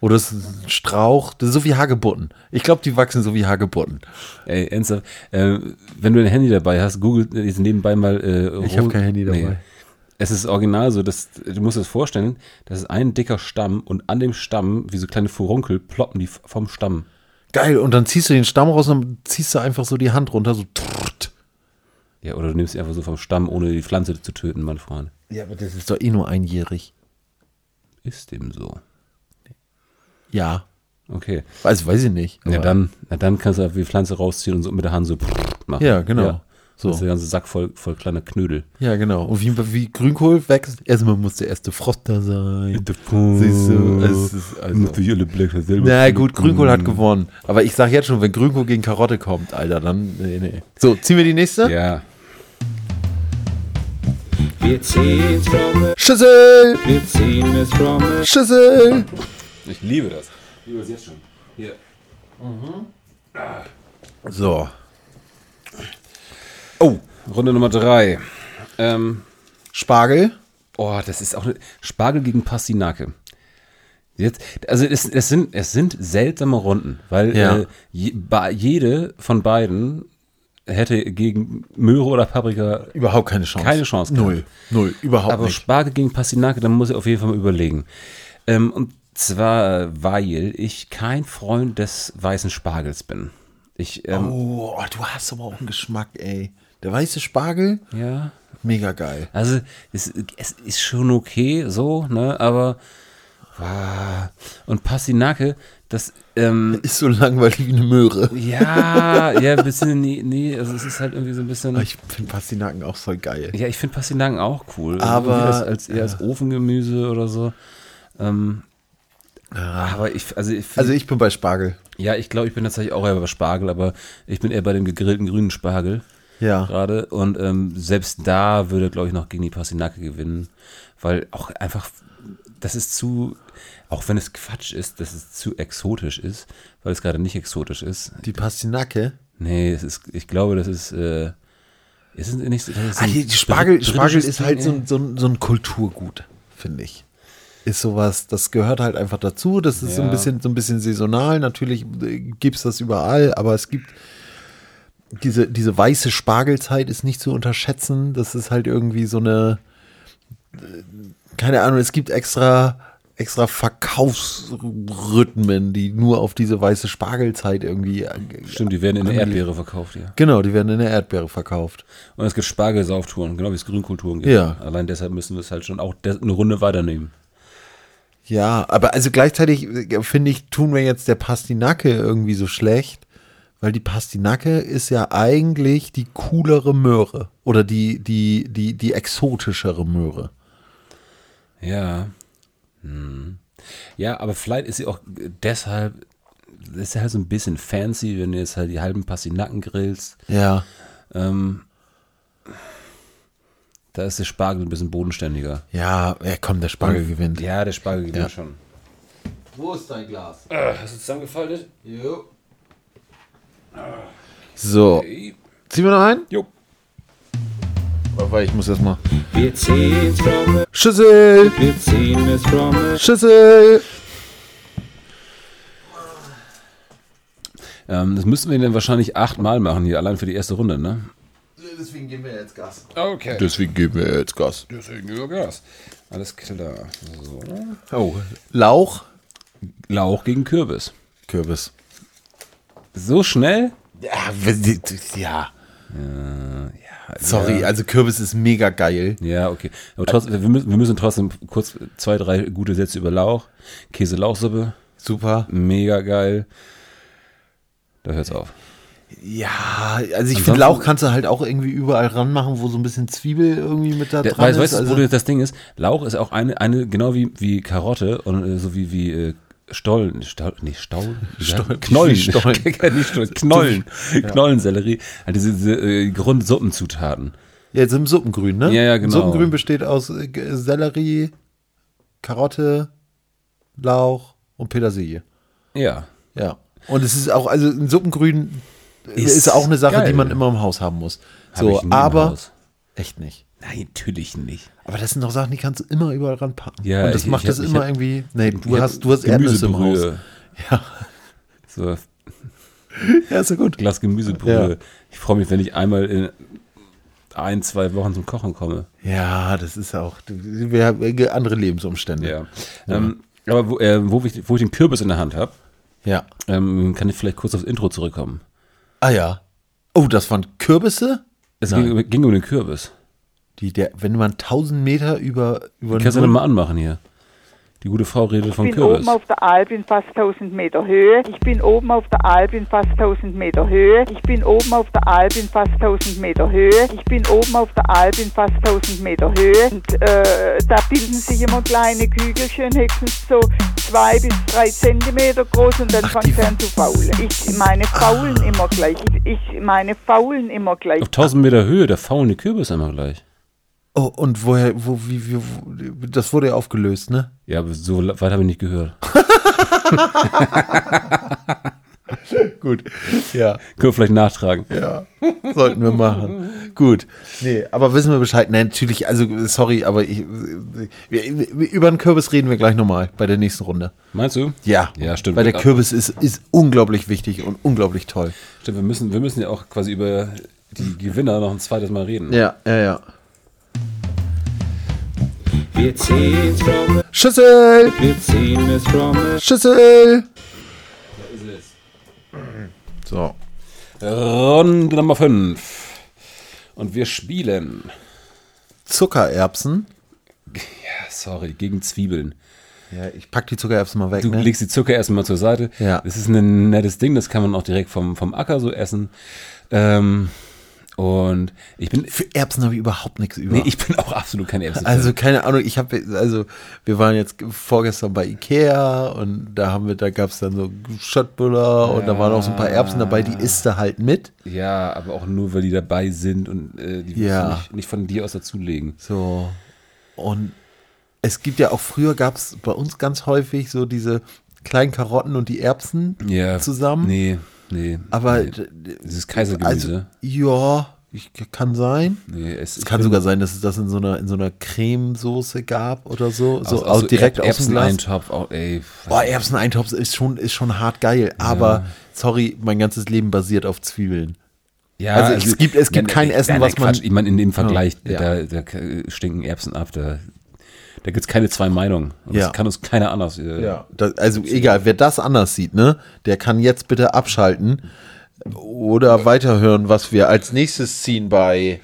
S2: Oder es ist ein Strauch, das ist so wie Hagebutten. Ich glaube, die wachsen so wie Hagebutten.
S3: Ey, ernsthaft, ähm, wenn du ein Handy dabei hast, google jetzt nebenbei mal. Äh,
S2: Ich hab
S3: Ros-
S2: kein Handy dabei.
S3: Es ist original so, dass, du musst dir das vorstellen, das ist ein dicker Stamm und an dem Stamm, wie so kleine Furunkel, ploppen die vom Stamm.
S2: Geil, und dann ziehst du den Stamm raus und dann ziehst du einfach so die Hand runter, so. trrrt.
S3: Ja, oder du nimmst sie einfach so vom Stamm, ohne die Pflanze zu töten, mein Freund.
S2: Ja, aber das ist doch eh nur einjährig.
S3: Ist dem so.
S2: Ja.
S3: Okay.
S2: Also weiß ich nicht.
S3: Na
S2: aber-
S3: dann, na dann kannst du einfach die Pflanze rausziehen und so mit der Hand so machen.
S2: Ja, genau. So.
S3: So. Das ist der ganze Sack voll, voll kleiner Knödel.
S2: Ja, genau. Und wie, wie Grünkohl wächst, erstmal muss der erste Frost da sein.
S3: Siehst
S2: du, es ist also-
S3: Natürlich alle Blätter selber.
S2: Na gut, Grünkohl
S3: mhm.
S2: hat gewonnen. Aber ich sag jetzt schon, wenn Grünkohl gegen Karotte kommt, Alter, dann. Nee, nee. So, ziehen wir die nächste?
S3: Ja.
S5: wir ziehen's from,
S2: Schüssel!
S5: wir ziehen es from,
S2: Schüssel!
S3: Ich liebe das. Ich liebe das jetzt schon. Hier.
S2: So.
S3: Oh, Runde Nummer drei. Ähm,
S2: Spargel?
S3: oh, das ist auch eine Spargel gegen Pastinake. Jetzt, also es, es, sind, es sind seltsame Runden, weil
S2: Ja.
S3: äh, je, ba, jede von beiden hätte gegen Möhre oder Paprika
S2: Überhaupt keine Chance.
S3: Keine Chance, klar.
S2: Null. Null. Überhaupt
S3: Aber
S2: nicht.
S3: Spargel gegen Pastinake, da muss ich auf jeden Fall mal überlegen. Ähm, und zwar, weil ich kein Freund des weißen Spargels bin. Ich, ähm,
S2: Oh, du hast aber auch einen Geschmack, ey. Der weiße Spargel?
S3: ja,
S2: Mega geil.
S3: Also es, es ist schon okay so, ne? Aber wow. und Passinake, das ähm,
S2: Ist so langweilig wie eine Möhre.
S3: ja, ja, ein bisschen nee, nee, also es ist halt irgendwie so ein bisschen.
S2: Aber Ich finde Pastinaken auch voll geil.
S3: ja, ich finde Pastinaken auch cool. Also
S2: Aber-
S3: irgendwie als, als eher als Ofengemüse oder so. Ähm, aber ich, also ich, find-
S2: Also ich bin bei Spargel.
S3: ja, ich glaube, ich bin tatsächlich auch eher bei Spargel, aber ich bin eher bei dem gegrillten grünen Spargel.
S2: Ja.
S3: gerade. Und ähm, selbst da würde, glaube ich, noch gegen die Passinake gewinnen. Weil auch einfach, das ist zu, auch wenn es Quatsch ist, dass es zu exotisch ist, weil es gerade nicht exotisch ist.
S2: Die Pastinake.
S3: Nee, es ist, ich glaube, das ist, äh, ist es nicht so. das ist
S2: Ah,
S3: ein
S2: hier, die Spargel,
S3: brit-
S2: Spargel
S3: britisches
S2: ist halt so
S3: Ding,
S2: ein, so, ein, so ein Kulturgut, finde ich. Ist sowas, das gehört halt einfach dazu. Das ist so, ein
S3: Ja.
S2: bisschen, so ein bisschen saisonal. Natürlich gibt es das überall, aber es gibt diese, diese weiße Spargelzeit ist nicht zu unterschätzen. Das ist halt irgendwie so eine, äh, keine Ahnung, es gibt extra, extra Verkaufsrhythmen, die nur auf diese weiße Spargelzeit irgendwie. äh,
S3: ja. Stimmt, die
S2: Ah,
S3: werden in der Erdbeere verkauft, ja.
S2: Genau, die werden in der Erdbeere verkauft.
S3: Und es gibt Spargelsauftouren, genau wie es Grünkulturen gibt.
S2: Ja.
S3: Allein deshalb müssen wir es halt schon auch des- eine Runde weiternehmen.
S2: Ja, aber also gleichzeitig äh, finde ich, tun wir jetzt der Pastinake irgendwie so schlecht, weil die Pastinake ist ja eigentlich die coolere Möhre oder die, die, die, die exotischere Möhre.
S3: Ja. Hm. Ja, aber vielleicht ist sie auch deshalb, das ist ja halt so ein bisschen fancy, wenn du jetzt halt die halben Pastinaken grillst.
S2: Ja.
S3: Ähm, da ist der Spargel ein bisschen bodenständiger.
S2: Ja, ja komm, der Spargel gewinnt.
S3: Ja, der Spargel gewinnt
S2: Ja.
S3: schon.
S2: Wo ist dein Glas?
S3: Hast du zusammengefaltet?
S2: Jo. So. Ziehen wir noch ein?
S3: Jo.
S2: Warte, ich muss erstmal.
S5: Wir ziehen's fromme,
S2: Schüssel!
S5: wir ziehen es fromme,
S2: Schüssel!
S3: Ähm, das müssten wir dann wahrscheinlich achtmal machen hier, allein für die erste Runde, ne?
S2: Deswegen geben wir jetzt Gas.
S3: Okay.
S2: Deswegen geben wir jetzt Gas.
S3: Deswegen über Gas. Alles klar. So.
S2: Oh. Lauch.
S3: Lauch gegen Kürbis.
S2: Kürbis.
S3: So schnell?
S2: Ja, wir- die- die- ja.
S3: Ja,
S2: sorry, also Kürbis ist mega geil.
S3: Ja, okay. Aber trotzdem, wir, müssen, wir müssen trotzdem kurz zwei, drei gute Sätze über Lauch. Käse-Lauchsuppe,
S2: Super.
S3: mega geil. Da hört's auf.
S2: Ja, also ich
S3: Ansonsten-
S2: finde, Lauch kannst du halt auch irgendwie überall ranmachen, wo so ein bisschen Zwiebel irgendwie mit da
S3: Der,
S2: dran
S3: weißt,
S2: ist.
S3: weißt du, das
S2: also,
S3: Problem- das Ding ist, Lauch ist auch eine, eine genau wie, wie Karotte und äh, so wie, wie äh, Stollen, Stau, nee, Stau,
S2: Stollen,
S3: Knollen,
S2: nicht Stollen.
S3: Nicht Stollen, Knollen, Knollensellerie, also diese, diese äh, Grundsuppenzutaten.
S2: ja, jetzt im Suppengrün, ne?
S3: Ja, ja, genau.
S2: Suppengrün besteht aus äh, G- Sellerie, Karotte, Lauch und Petersilie.
S3: Ja,
S2: Ja. Und es ist auch, also ein Suppengrün ist,
S3: Ist
S2: auch eine Sache,
S3: geil.
S2: die man immer im Haus haben muss.
S3: Hab
S2: So,
S3: ich nie im
S2: aber
S3: Haus.
S2: echt nicht.
S3: Nein, natürlich nicht.
S2: Aber das sind doch Sachen, die kannst du immer überall ranpacken.
S3: Ja,
S2: und das
S3: ich-
S2: macht
S3: ich
S2: das
S3: hab- ich
S2: immer
S3: hab-
S2: irgendwie. Nee, du
S3: Ich hab
S2: hast, du hast Erdnüsse im Haus.
S3: Gemüsebrühe.
S2: Ja.
S3: So,
S2: Ja, ist ja gut.
S3: Glas Gemüsebrühe.
S2: Ja.
S3: Ich freue mich, wenn ich einmal in ein, zwei Wochen zum Kochen komme.
S2: Ja, das ist auch. Wir haben äh, andere Lebensumstände.
S3: Ja. Ähm, aber wo, äh, wo, ich, wo ich den Kürbis in der Hand habe,
S2: Ja.
S3: ähm, kann ich vielleicht kurz aufs Intro zurückkommen.
S2: Ah ja. Oh, das waren Kürbisse?
S3: Es ging, ging um den Kürbis.
S2: Die, der, wenn man 1000 Meter über. über
S3: Kannst du
S2: Null-
S3: den mal anmachen hier? Die gute Frau redet
S1: Ich
S3: vom
S1: bin oben
S3: Kürbis.
S1: auf der Alp in fast 1000 Meter Höhe. Ich bin oben auf der Alp in fast 1000 Meter Höhe. Ich bin oben auf der Alp in fast 1000 Meter Höhe. Ich bin oben auf der Alp in fast 1000 Meter Höhe. Und äh, da bilden sich immer kleine Kügelchen, höchstens so zwei bis drei Zentimeter groß und dann fängt er an zu faulen. Ich meine faulen immer gleich. Ich, ich meine faulen immer gleich.
S3: Ah. Auf 1000 Meter Höhe, da faulen die Kürbis immer gleich.
S2: oh, und woher, wo, wie, wie, wo, das wurde ja aufgelöst, ne?
S3: Ja, aber so la- weit habe ich nicht gehört.
S2: Gut. Ja,
S3: Können wir vielleicht nachtragen.
S2: ja. Sollten wir machen. Gut. Nee, aber wissen wir Bescheid. Nein, natürlich, also sorry, aber ich, wir, über den Kürbis reden wir gleich nochmal bei der nächsten Runde.
S3: Meinst du?
S2: Ja.
S3: Ja, stimmt.
S2: Weil der Kürbis ist, ist unglaublich wichtig und unglaublich toll.
S3: Stimmt, wir müssen, wir müssen ja auch quasi über die Gewinner noch ein zweites Mal reden.
S2: Ja, ja, ja.
S5: wir ziehen's fromme,
S2: Schüssel!
S5: wir ziehen es fromme,
S2: Schüssel!
S3: Da ist es.
S2: So.
S3: Runde Nummer 5. Und wir spielen
S2: Zuckererbsen.
S3: Ja, sorry, gegen Zwiebeln.
S2: Ja, ich pack die Zuckererbsen mal weg.
S3: Du
S2: ne?
S3: legst die Zucker erstmal zur Seite.
S2: Ja.
S3: Das ist ein nettes Ding, das kann man auch direkt vom, vom Acker so essen. Ähm, und ich bin,
S2: Für Erbsen habe ich überhaupt nichts über.
S3: nee, ich bin auch absolut kein Erbsen.
S2: also keine Ahnung, ich habe also wir waren jetzt vorgestern bei Ikea und da haben wir da gab es dann so Schöttbullar und da waren auch so ein paar Erbsen dabei, die isst er halt mit.
S3: ja, aber auch nur, weil die dabei sind und äh, die willst du
S2: Ja.
S3: nicht, nicht von dir aus dazulegen.
S2: So. Und es gibt ja auch früher gab es bei uns ganz häufig so diese kleinen Karotten und die Erbsen
S3: Ja.
S2: zusammen.
S3: Nee, nee.
S2: Aber
S3: nee.
S2: d- d-
S3: dieses Kaisergemüse.
S2: also ja, ich, kann sein.
S3: nee, es,
S2: also, Es kann sogar sein, dass es das in so einer in so einer Cremesoße gab oder so, so
S3: Also,
S2: aus, direkt aus dem Glas.
S3: Erbseneintopf, auch, ey.
S2: Boah, Erbseneintopf ist schon ist schon hart geil, aber sorry, mein ganzes Leben basiert auf Zwiebeln.
S3: Ja,
S2: Also, es gibt- es gibt kein Essen, was man-
S3: Quatsch. Ich meine, in dem Vergleich,
S2: Ja.
S3: da, da äh, stinken Erbsen ab, da, da gibt es keine zwei Meinungen. Und
S2: Ja.
S3: Das kann uns keiner anders. äh,
S2: Da, also egal, wer das anders sieht, ne, der kann jetzt bitte abschalten oder weiterhören, was wir als nächstes ziehen bei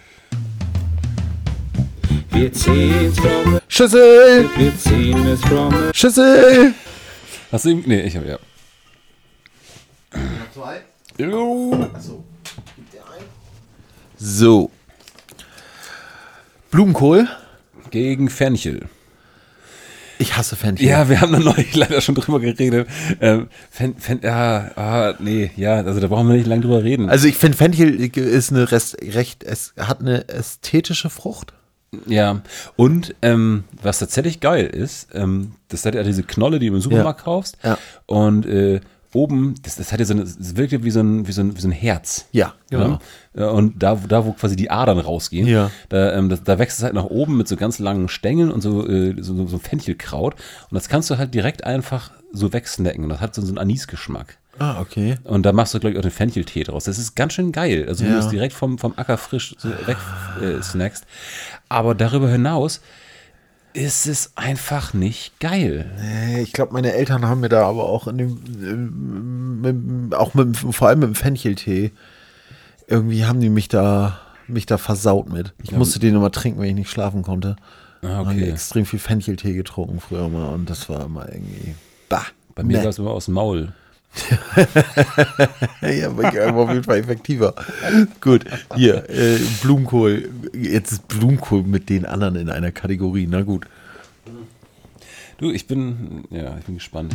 S5: Wir ziehen's from the,
S2: Schüssel,
S5: wir ziehen es from the,
S2: Schüssel.
S3: Hast du eben, nee, ich hab, ja.
S2: So. Blumenkohl.
S3: Gegen Fenchel.
S2: Ich hasse Fenchel.
S3: Ja, wir haben da neulich leider schon drüber geredet. Ähm, Fen, Fen, ah, ah, nee, ja, also da brauchen wir nicht lange drüber reden.
S2: Also ich finde Fenchel ist eine Rest, recht, es hat eine ästhetische Frucht.
S3: Ja, und ähm, was tatsächlich geil ist, ähm, das hat ja diese Knolle, die du im Supermarkt kaufst.
S2: Ja.
S3: Und äh, oben, das, das hat ja so eine, das wirkt wie so ein, wie so ein, wie so ein Herz.
S2: Ja, genau.
S3: genau. Ja, und da, wo- da, wo quasi die Adern rausgehen,
S2: Ja.
S3: da, ähm, das, da wächst es halt nach oben mit so ganz langen Stängeln und so, äh, so, so, so Fenchelkraut. Und das kannst du halt direkt einfach so wegsnacken. Und das hat so, so einen Anisgeschmack.
S2: Ah, okay.
S3: Und da machst du, glaube ich, auch den Fencheltee draus. Das ist ganz schön geil. Also, wenn
S2: Ja.
S3: du es direkt vom, vom Acker frisch so weg äh, snackst. Aber darüber hinaus ist es einfach nicht geil.
S2: Ich glaube, meine Eltern haben mir da aber auch in dem, ähm, mit, auch mit, dem- vor allem mit dem Fencheltee, irgendwie haben die mich da, mich da versaut mit. Ich musste den immer trinken, wenn ich nicht schlafen konnte.
S3: Ah,
S2: Dann Haben wir
S3: okay.
S2: extrem viel Fencheltee getrunken früher mal und das war immer irgendwie. Bah.
S3: Bei mir
S2: nee.
S3: gab es immer aus dem Maul.
S2: Ja, war aber auf jeden Fall effektiver. Gut, hier, äh, Blumenkohl. Jetzt ist Blumenkohl mit den anderen in einer Kategorie. Na gut.
S3: Du, ich bin, ja, ich bin gespannt.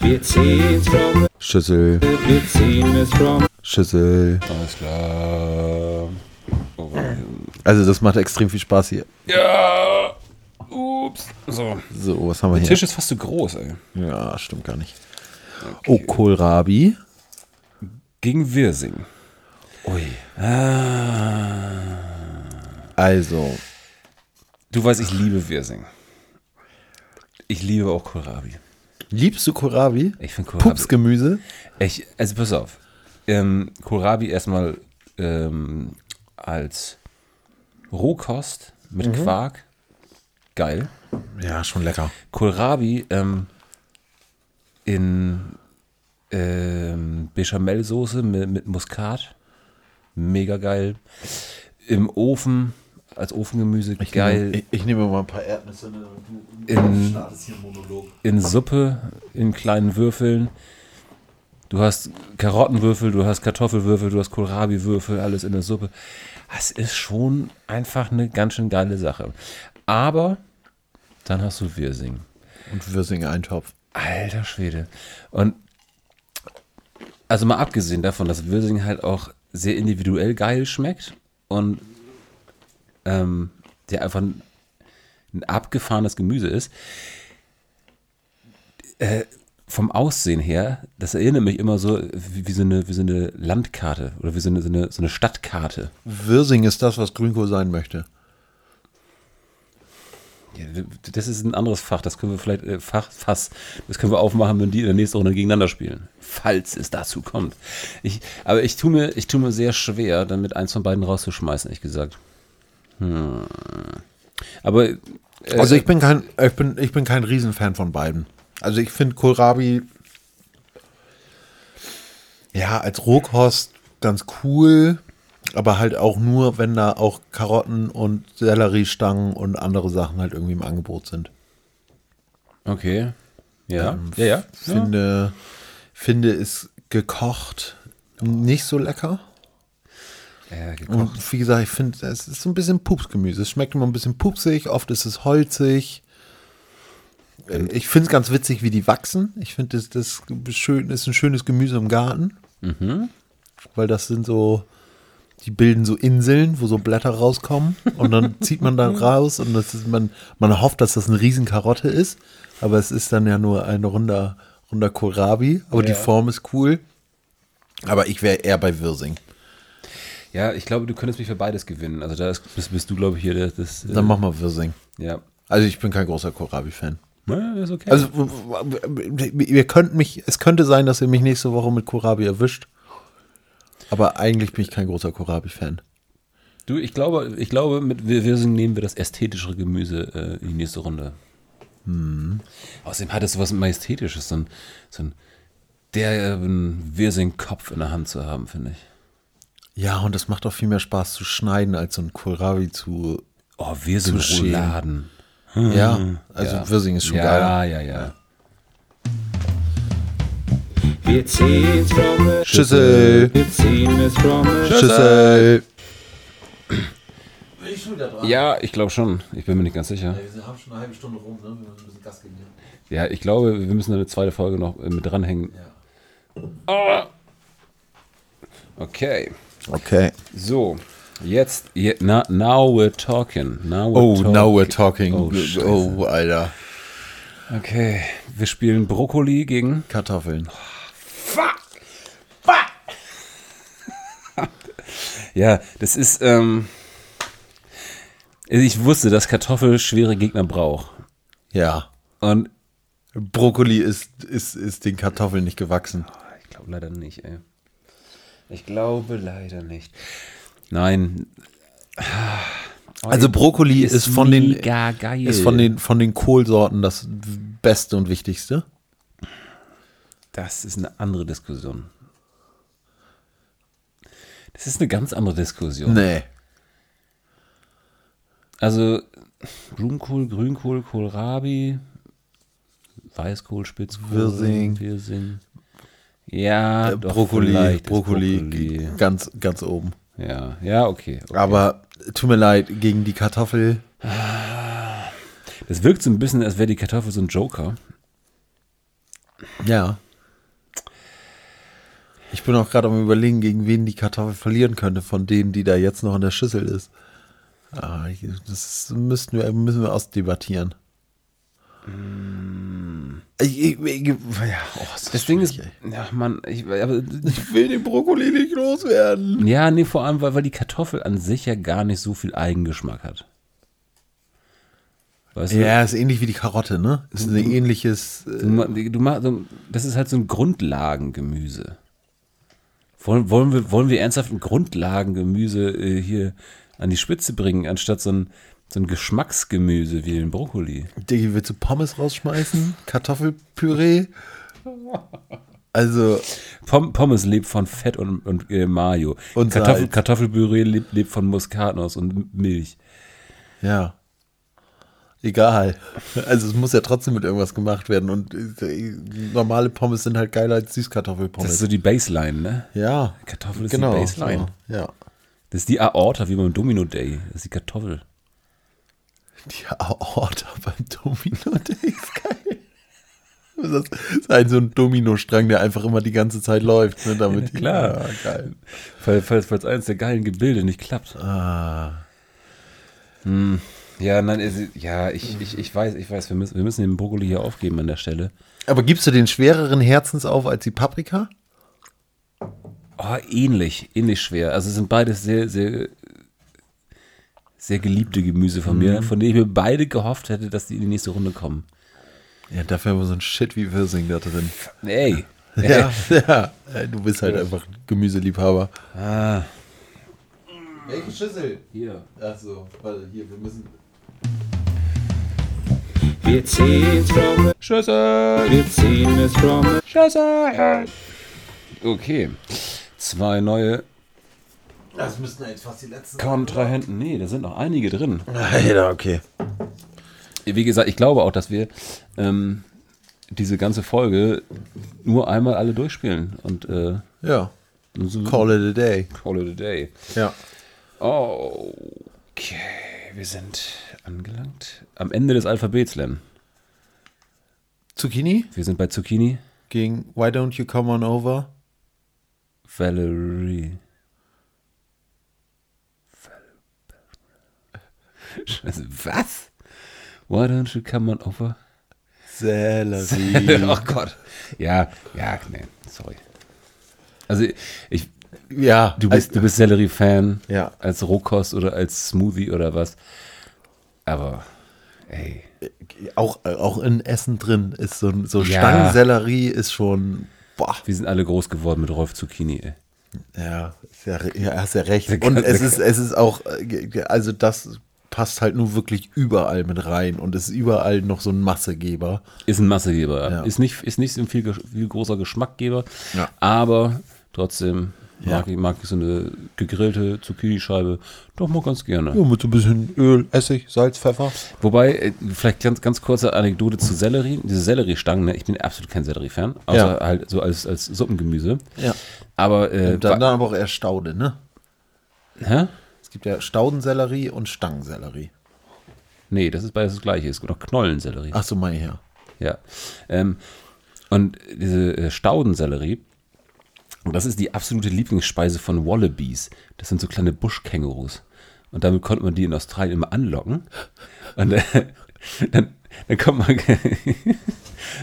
S5: wir ziehen's from the,
S2: Schüssel,
S5: wir ziehen es from
S2: Schüssel.
S3: Alles klar. Oh, warte.
S2: Also, das macht extrem viel Spaß hier.
S3: ja! Ups. So.
S2: So, was haben wir
S3: Der
S2: hier?
S3: Tisch ist fast zu groß, ey.
S2: Ja, stimmt gar nicht. Oh, Kohlrabi.
S3: Gegen Wirsing. Ah.
S2: Ui. Also,
S3: Du weißt, ich liebe Wirsing. Ich liebe auch Kohlrabi.
S2: liebst du Kohlrabi?
S3: Ich finde Kohlrabi.
S2: Pupsgemüse?
S3: Ich, also pass auf. Ähm, Kohlrabi erstmal ähm, als Rohkost mit Quark. Geil.
S2: Mhm. Ja, schon lecker.
S3: Kohlrabi ähm, in ähm, Bechamelsoße mit, mit Muskat. Mega geil. Im Ofen, als Ofengemüse, geil.
S2: Ich, ich nehme mal ein paar Erdnüsse. Ne?
S3: in,
S2: Das ist hier ein Monolog.
S3: in Suppe in kleinen Würfeln. Du hast Karottenwürfel, du hast Kartoffelwürfel, du hast Kohlrabiwürfel, alles in der Suppe. Das ist schon einfach eine ganz schön geile Sache. Aber dann hast du Wirsing.
S2: Und Würsing-Eintopf.
S3: Alter Schwede. Und also mal abgesehen davon, dass Würsing halt auch sehr individuell geil schmeckt und ähm, der einfach ein, ein abgefahrenes Gemüse ist. Äh, vom Aussehen her, das erinnert mich immer so wie, wie, so, eine, wie so eine Landkarte oder wie so eine, so eine, so eine Stadtkarte.
S2: Würsing ist das, was Grünkohl sein möchte.
S3: Ja, Das ist ein anderes Fach, das können wir vielleicht, äh, Fach, Fass, das können wir aufmachen, wenn die in der nächsten Runde gegeneinander spielen. Falls es dazu kommt. Ich, aber ich tue mir, ich tue mir sehr schwer, damit eins von beiden rauszuschmeißen, ehrlich gesagt. Hm. Aber äh,
S2: Also ich bin kein, ich bin, ich bin kein Riesenfan von beiden. Also ich finde Kohlrabi ja als Rohkost ganz cool. Aber halt auch nur, wenn da auch Karotten und Selleriestangen und andere Sachen halt irgendwie im Angebot sind.
S3: Okay. Ja. ja, ja. ja.
S2: Ähm, Finde, finde ist gekocht nicht so lecker.
S3: ja gekocht.
S2: Und wie gesagt, ich finde, es ist so ein bisschen Pupsgemüse. Es schmeckt immer ein bisschen pupsig, oft ist es holzig. Äh, Ich finde es ganz witzig, wie die wachsen. Ich finde, das, das schön, ist ein schönes Gemüse im Garten. Weil das sind so, die bilden so Inseln, wo so Blätter rauskommen. Und dann zieht man dann raus und das ist, man, man hofft, dass das eine riesen Karotte ist. Aber es ist dann ja nur ein runder, runder Kohlrabi. Aber die Form ist cool. Aber ich wäre eher bei Wirsing.
S3: Ja, ich glaube, du könntest mich für beides gewinnen. Also da ist, bist, bist du, glaube ich, hier das. das äh,
S2: Dann mach mal Wirsing.
S3: ja.
S2: Also ich bin kein großer Kohlrabi-Fan.
S3: Ja, ist okay.
S2: Also ihr könnt mich, es könnte sein, dass ihr mich nächste Woche mit Kohlrabi erwischt. Aber eigentlich bin ich kein großer Kohlrabi-Fan.
S3: du, ich glaube, ich glaube, mit Wir- Wirsing nehmen wir das ästhetischere Gemüse äh, in die nächste Runde.
S2: Hm.
S3: Außerdem hat es was Majestätisches, so ein, so ein ähm, derben Wirsing-Kopf in der Hand zu haben, finde ich.
S2: Ja, und das macht auch viel mehr Spaß zu schneiden, als so ein Kohlrabi zu.
S3: Oh, Wirsing-Rouladen.
S2: Ja, also Wirsing ist schon geil.
S3: Ja, ja, ja.
S5: Wir ziehen's from the
S2: Schüssel,
S5: Wir ziehen es from the
S2: Schüssel.
S3: Ja, ich glaube schon. Ich bin mir nicht ganz sicher.
S2: Wir haben schon eine halbe Stunde rum, ne? Wir müssen ein bisschen Gas geben.
S3: Ja, ich glaube, wir müssen eine zweite Folge noch äh, mit dranhängen. Ah. Okay.
S2: Okay.
S3: So, jetzt, je, na, now we're talking. Now we're
S2: Oh,
S3: talking.
S2: now we're talking.
S3: Oh,
S2: Oh,
S3: Scheiße.
S2: Alter.
S3: Okay, wir spielen Brokkoli gegen.
S2: Kartoffeln.
S3: Ja, das ist, ähm, ich wusste, dass Kartoffel schwere Gegner braucht.
S2: Ja.
S3: Und,
S2: Brokkoli ist, ist, ist den Kartoffeln nicht gewachsen.
S3: Ah, ich glaube leider nicht, ey. Ich glaube leider nicht. Nein.
S2: Also Brokkoli ist, von den
S3: mega geil.
S2: ist von den von den Kohlsorten das beste und wichtigste.
S3: Das ist eine andere Diskussion. Das ist eine ganz andere Diskussion.
S2: Nee.
S3: Also Blumenkohl, Grünkohl, Kohlrabi, Weißkohl, Spitzkohl,
S2: Wirsing.
S3: Wirsing. Ja, doch,
S2: Äh, Brokkoli,
S3: vielleicht ist
S2: Brokkoli,
S3: Brokkoli.
S2: ganz ganz oben.
S3: Ja, ja, okay.
S2: Aber tut mir leid gegen die Kartoffel.
S3: Das wirkt so ein bisschen, als wäre die Kartoffel so ein Joker.
S2: Ja. Ich bin auch gerade am überlegen, gegen wen die Kartoffel verlieren könnte von denen, die da jetzt noch in der Schüssel ist. Ah, ich- das müssten wir, müssen wir ausdebattieren. Ich, ich, ich, ja, oh, ist
S3: Mm. Das Ding ist,
S2: schwierig, ey.
S3: ja, Mann, ich, aber,
S2: Ich will den Brokkoli nicht loswerden.
S3: ja, nee, vor allem, weil, weil die Kartoffel an sich ja gar nicht so viel Eigengeschmack hat. Weißt du?
S2: Ja, ist ähnlich wie die Karotte, ne? Ist ein ähnliches. Äh,
S3: Du, ma- du machst, so- das ist halt so ein Grundlagengemüse. Wollen, wollen, wir, wollen wir ernsthaft ein Grundlagengemüse äh, hier an die Spitze bringen, anstatt so ein, so ein Geschmacksgemüse wie den Brokkoli?
S2: Diggi, willst du Pommes rausschmeißen? Kartoffelpüree? Also,
S3: Pom Pommes lebt von Fett und, und äh, Mayo.
S2: Und
S3: Kartoffel,
S2: Salz.
S3: Kartoffelpüree lebt, lebt von Muskatnuss und Milch.
S2: ja. Egal. Also, es muss ja trotzdem mit irgendwas gemacht werden. Und äh, normale Pommes sind halt geiler als
S3: Das ist
S2: Süßkartoffelpommes.
S3: so die Baseline, ne?
S2: Ja.
S3: Kartoffel ist die
S2: genau,
S3: Baseline.
S2: So, ja.
S3: Das ist die Aorta, wie beim Domino Day. Das ist die Kartoffel.
S2: Die Aorta beim Domino, der ist geil. Das ist halt so ein Dominostrang, der einfach immer die ganze Zeit läuft. Ne, damit
S3: klar.
S2: Ja, geil.
S3: Falls, falls, falls eins der geilen Gebilde nicht klappt. Ah. Hm. Ja, nein, es- ja, ich, ich, ich weiß, ich weiß, wir müssen, wir müssen den Brokkoli hier aufgeben an der Stelle.
S2: Aber gibst du den schwereren Herzens auf als die Paprika?
S3: Oh, ähnlich, ähnlich schwer. Also es sind beides sehr, sehr, sehr geliebte Gemüse von mir, von denen ich mir beide gehofft hätte, dass die in die nächste Runde kommen.
S2: Ja, dafür haben wir so ein Shit wie Wirsing da drin.
S3: Ey.
S2: Ja, ja. Äh, Du bist halt einfach Gemüseliebhaber.
S3: Ah.
S2: Welche Schüssel?
S3: Hier.
S2: Achso, warte, hier, wir müssen.
S5: Wir ziehen's from the Wir ziehen es from the
S3: Okay. Zwei neue
S2: Das müssten jetzt fast die letzten.
S3: Kaum drei Händen. Nee, da sind noch einige drin.
S2: Alter, okay.
S3: Wie gesagt, ich glaube auch, dass wir ähm, diese ganze Folge nur einmal alle durchspielen. Und äh,
S2: Ja.
S3: so
S2: Call it a day.
S3: call it a day.
S2: Ja.
S3: Okay, wir sind angelangt. Am Ende des Alphabets, Len.
S2: Zucchini
S3: Wir sind bei Zucchini.
S2: gegen Why Don't You Come On Over?
S3: Valerie. Scheiße, was? Why don't you come on over?
S2: Sellerie.
S3: oh Gott. Ja, ja, nee, sorry. Also ich,
S2: ja,
S3: du bist, du bist Sellerie-Fan.
S2: Also, Ja.
S3: Als Rohkost oder als Smoothie oder was. Aber, ey.
S2: auch, auch in Essen drin ist so ein so
S3: Ja.
S2: Stangensellerie ist schon. Boah,
S3: Wir sind alle groß geworden mit Rolf Zucchini, ey.
S2: ja, ist ja, re- ja, hast ja recht.
S3: Lecker,
S2: Und es
S3: lecker.
S2: ist, es ist auch, äh, ge- ge- also das passt halt nur wirklich überall mit rein und ist überall noch so ein Massegeber.
S3: Ist ein Massegeber.
S2: Ja.
S3: Ist nicht, ist nicht so ein viel, gesch- viel großer Geschmackgeber,
S2: Ja.
S3: aber trotzdem mag,
S2: Ja.
S3: ich, mag ich so eine gegrillte Zucchini-Scheibe doch mal ganz gerne.
S2: Ja, mit so ein bisschen Öl, Essig, Salz, Pfeffer.
S3: Wobei, äh, vielleicht ganz, ganz kurze Anekdote zu Sellerie. Diese Selleriestangen, ne? ich bin absolut kein Sellerie-Fan, außer
S2: Ja.
S3: halt so als, als Suppengemüse.
S2: Ja.
S3: Aber, äh,
S2: Und dann,
S3: wa-
S2: dann aber auch eher Staude, ne?
S3: hä?
S2: Es gibt ja Staudensellerie und Stangensellerie.
S3: Nee, das ist beides das Gleiche. Es gibt auch Knollensellerie.
S2: Ach so, meine ich ja.
S3: Ja. Ähm, und diese äh, Staudensellerie, und das ist die absolute Lieblingsspeise von Wallabies. Das sind so kleine Buschkängurus. Und damit konnte man die in Australien immer anlocken. Und äh, dann, dann kommt man.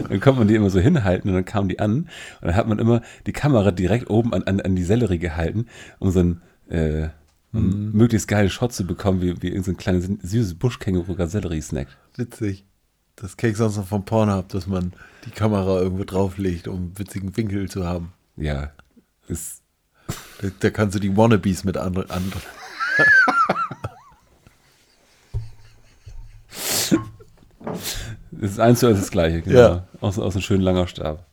S3: Dann konnte man die immer so hinhalten und dann kamen die an. Und dann hat man immer die Kamera direkt oben an, an, an die Sellerie gehalten, um so einen äh, um möglichst geilen Shot zu bekommen, wie, wie irgendein kleines süßes Buschkänguru gerade Sellerie snackt.
S2: Witzig. Das kenne ich sonst noch von Pornhub, dass man die Kamera irgendwo drauflegt, um einen witzigen Winkel zu haben.
S3: Ja. Ist,
S2: Da, da kannst du die Wannabes mit an. an
S3: Es ist eins zu eins das gleiche, genau.
S2: Ja.
S3: Aus, aus einem schönen langer Stab.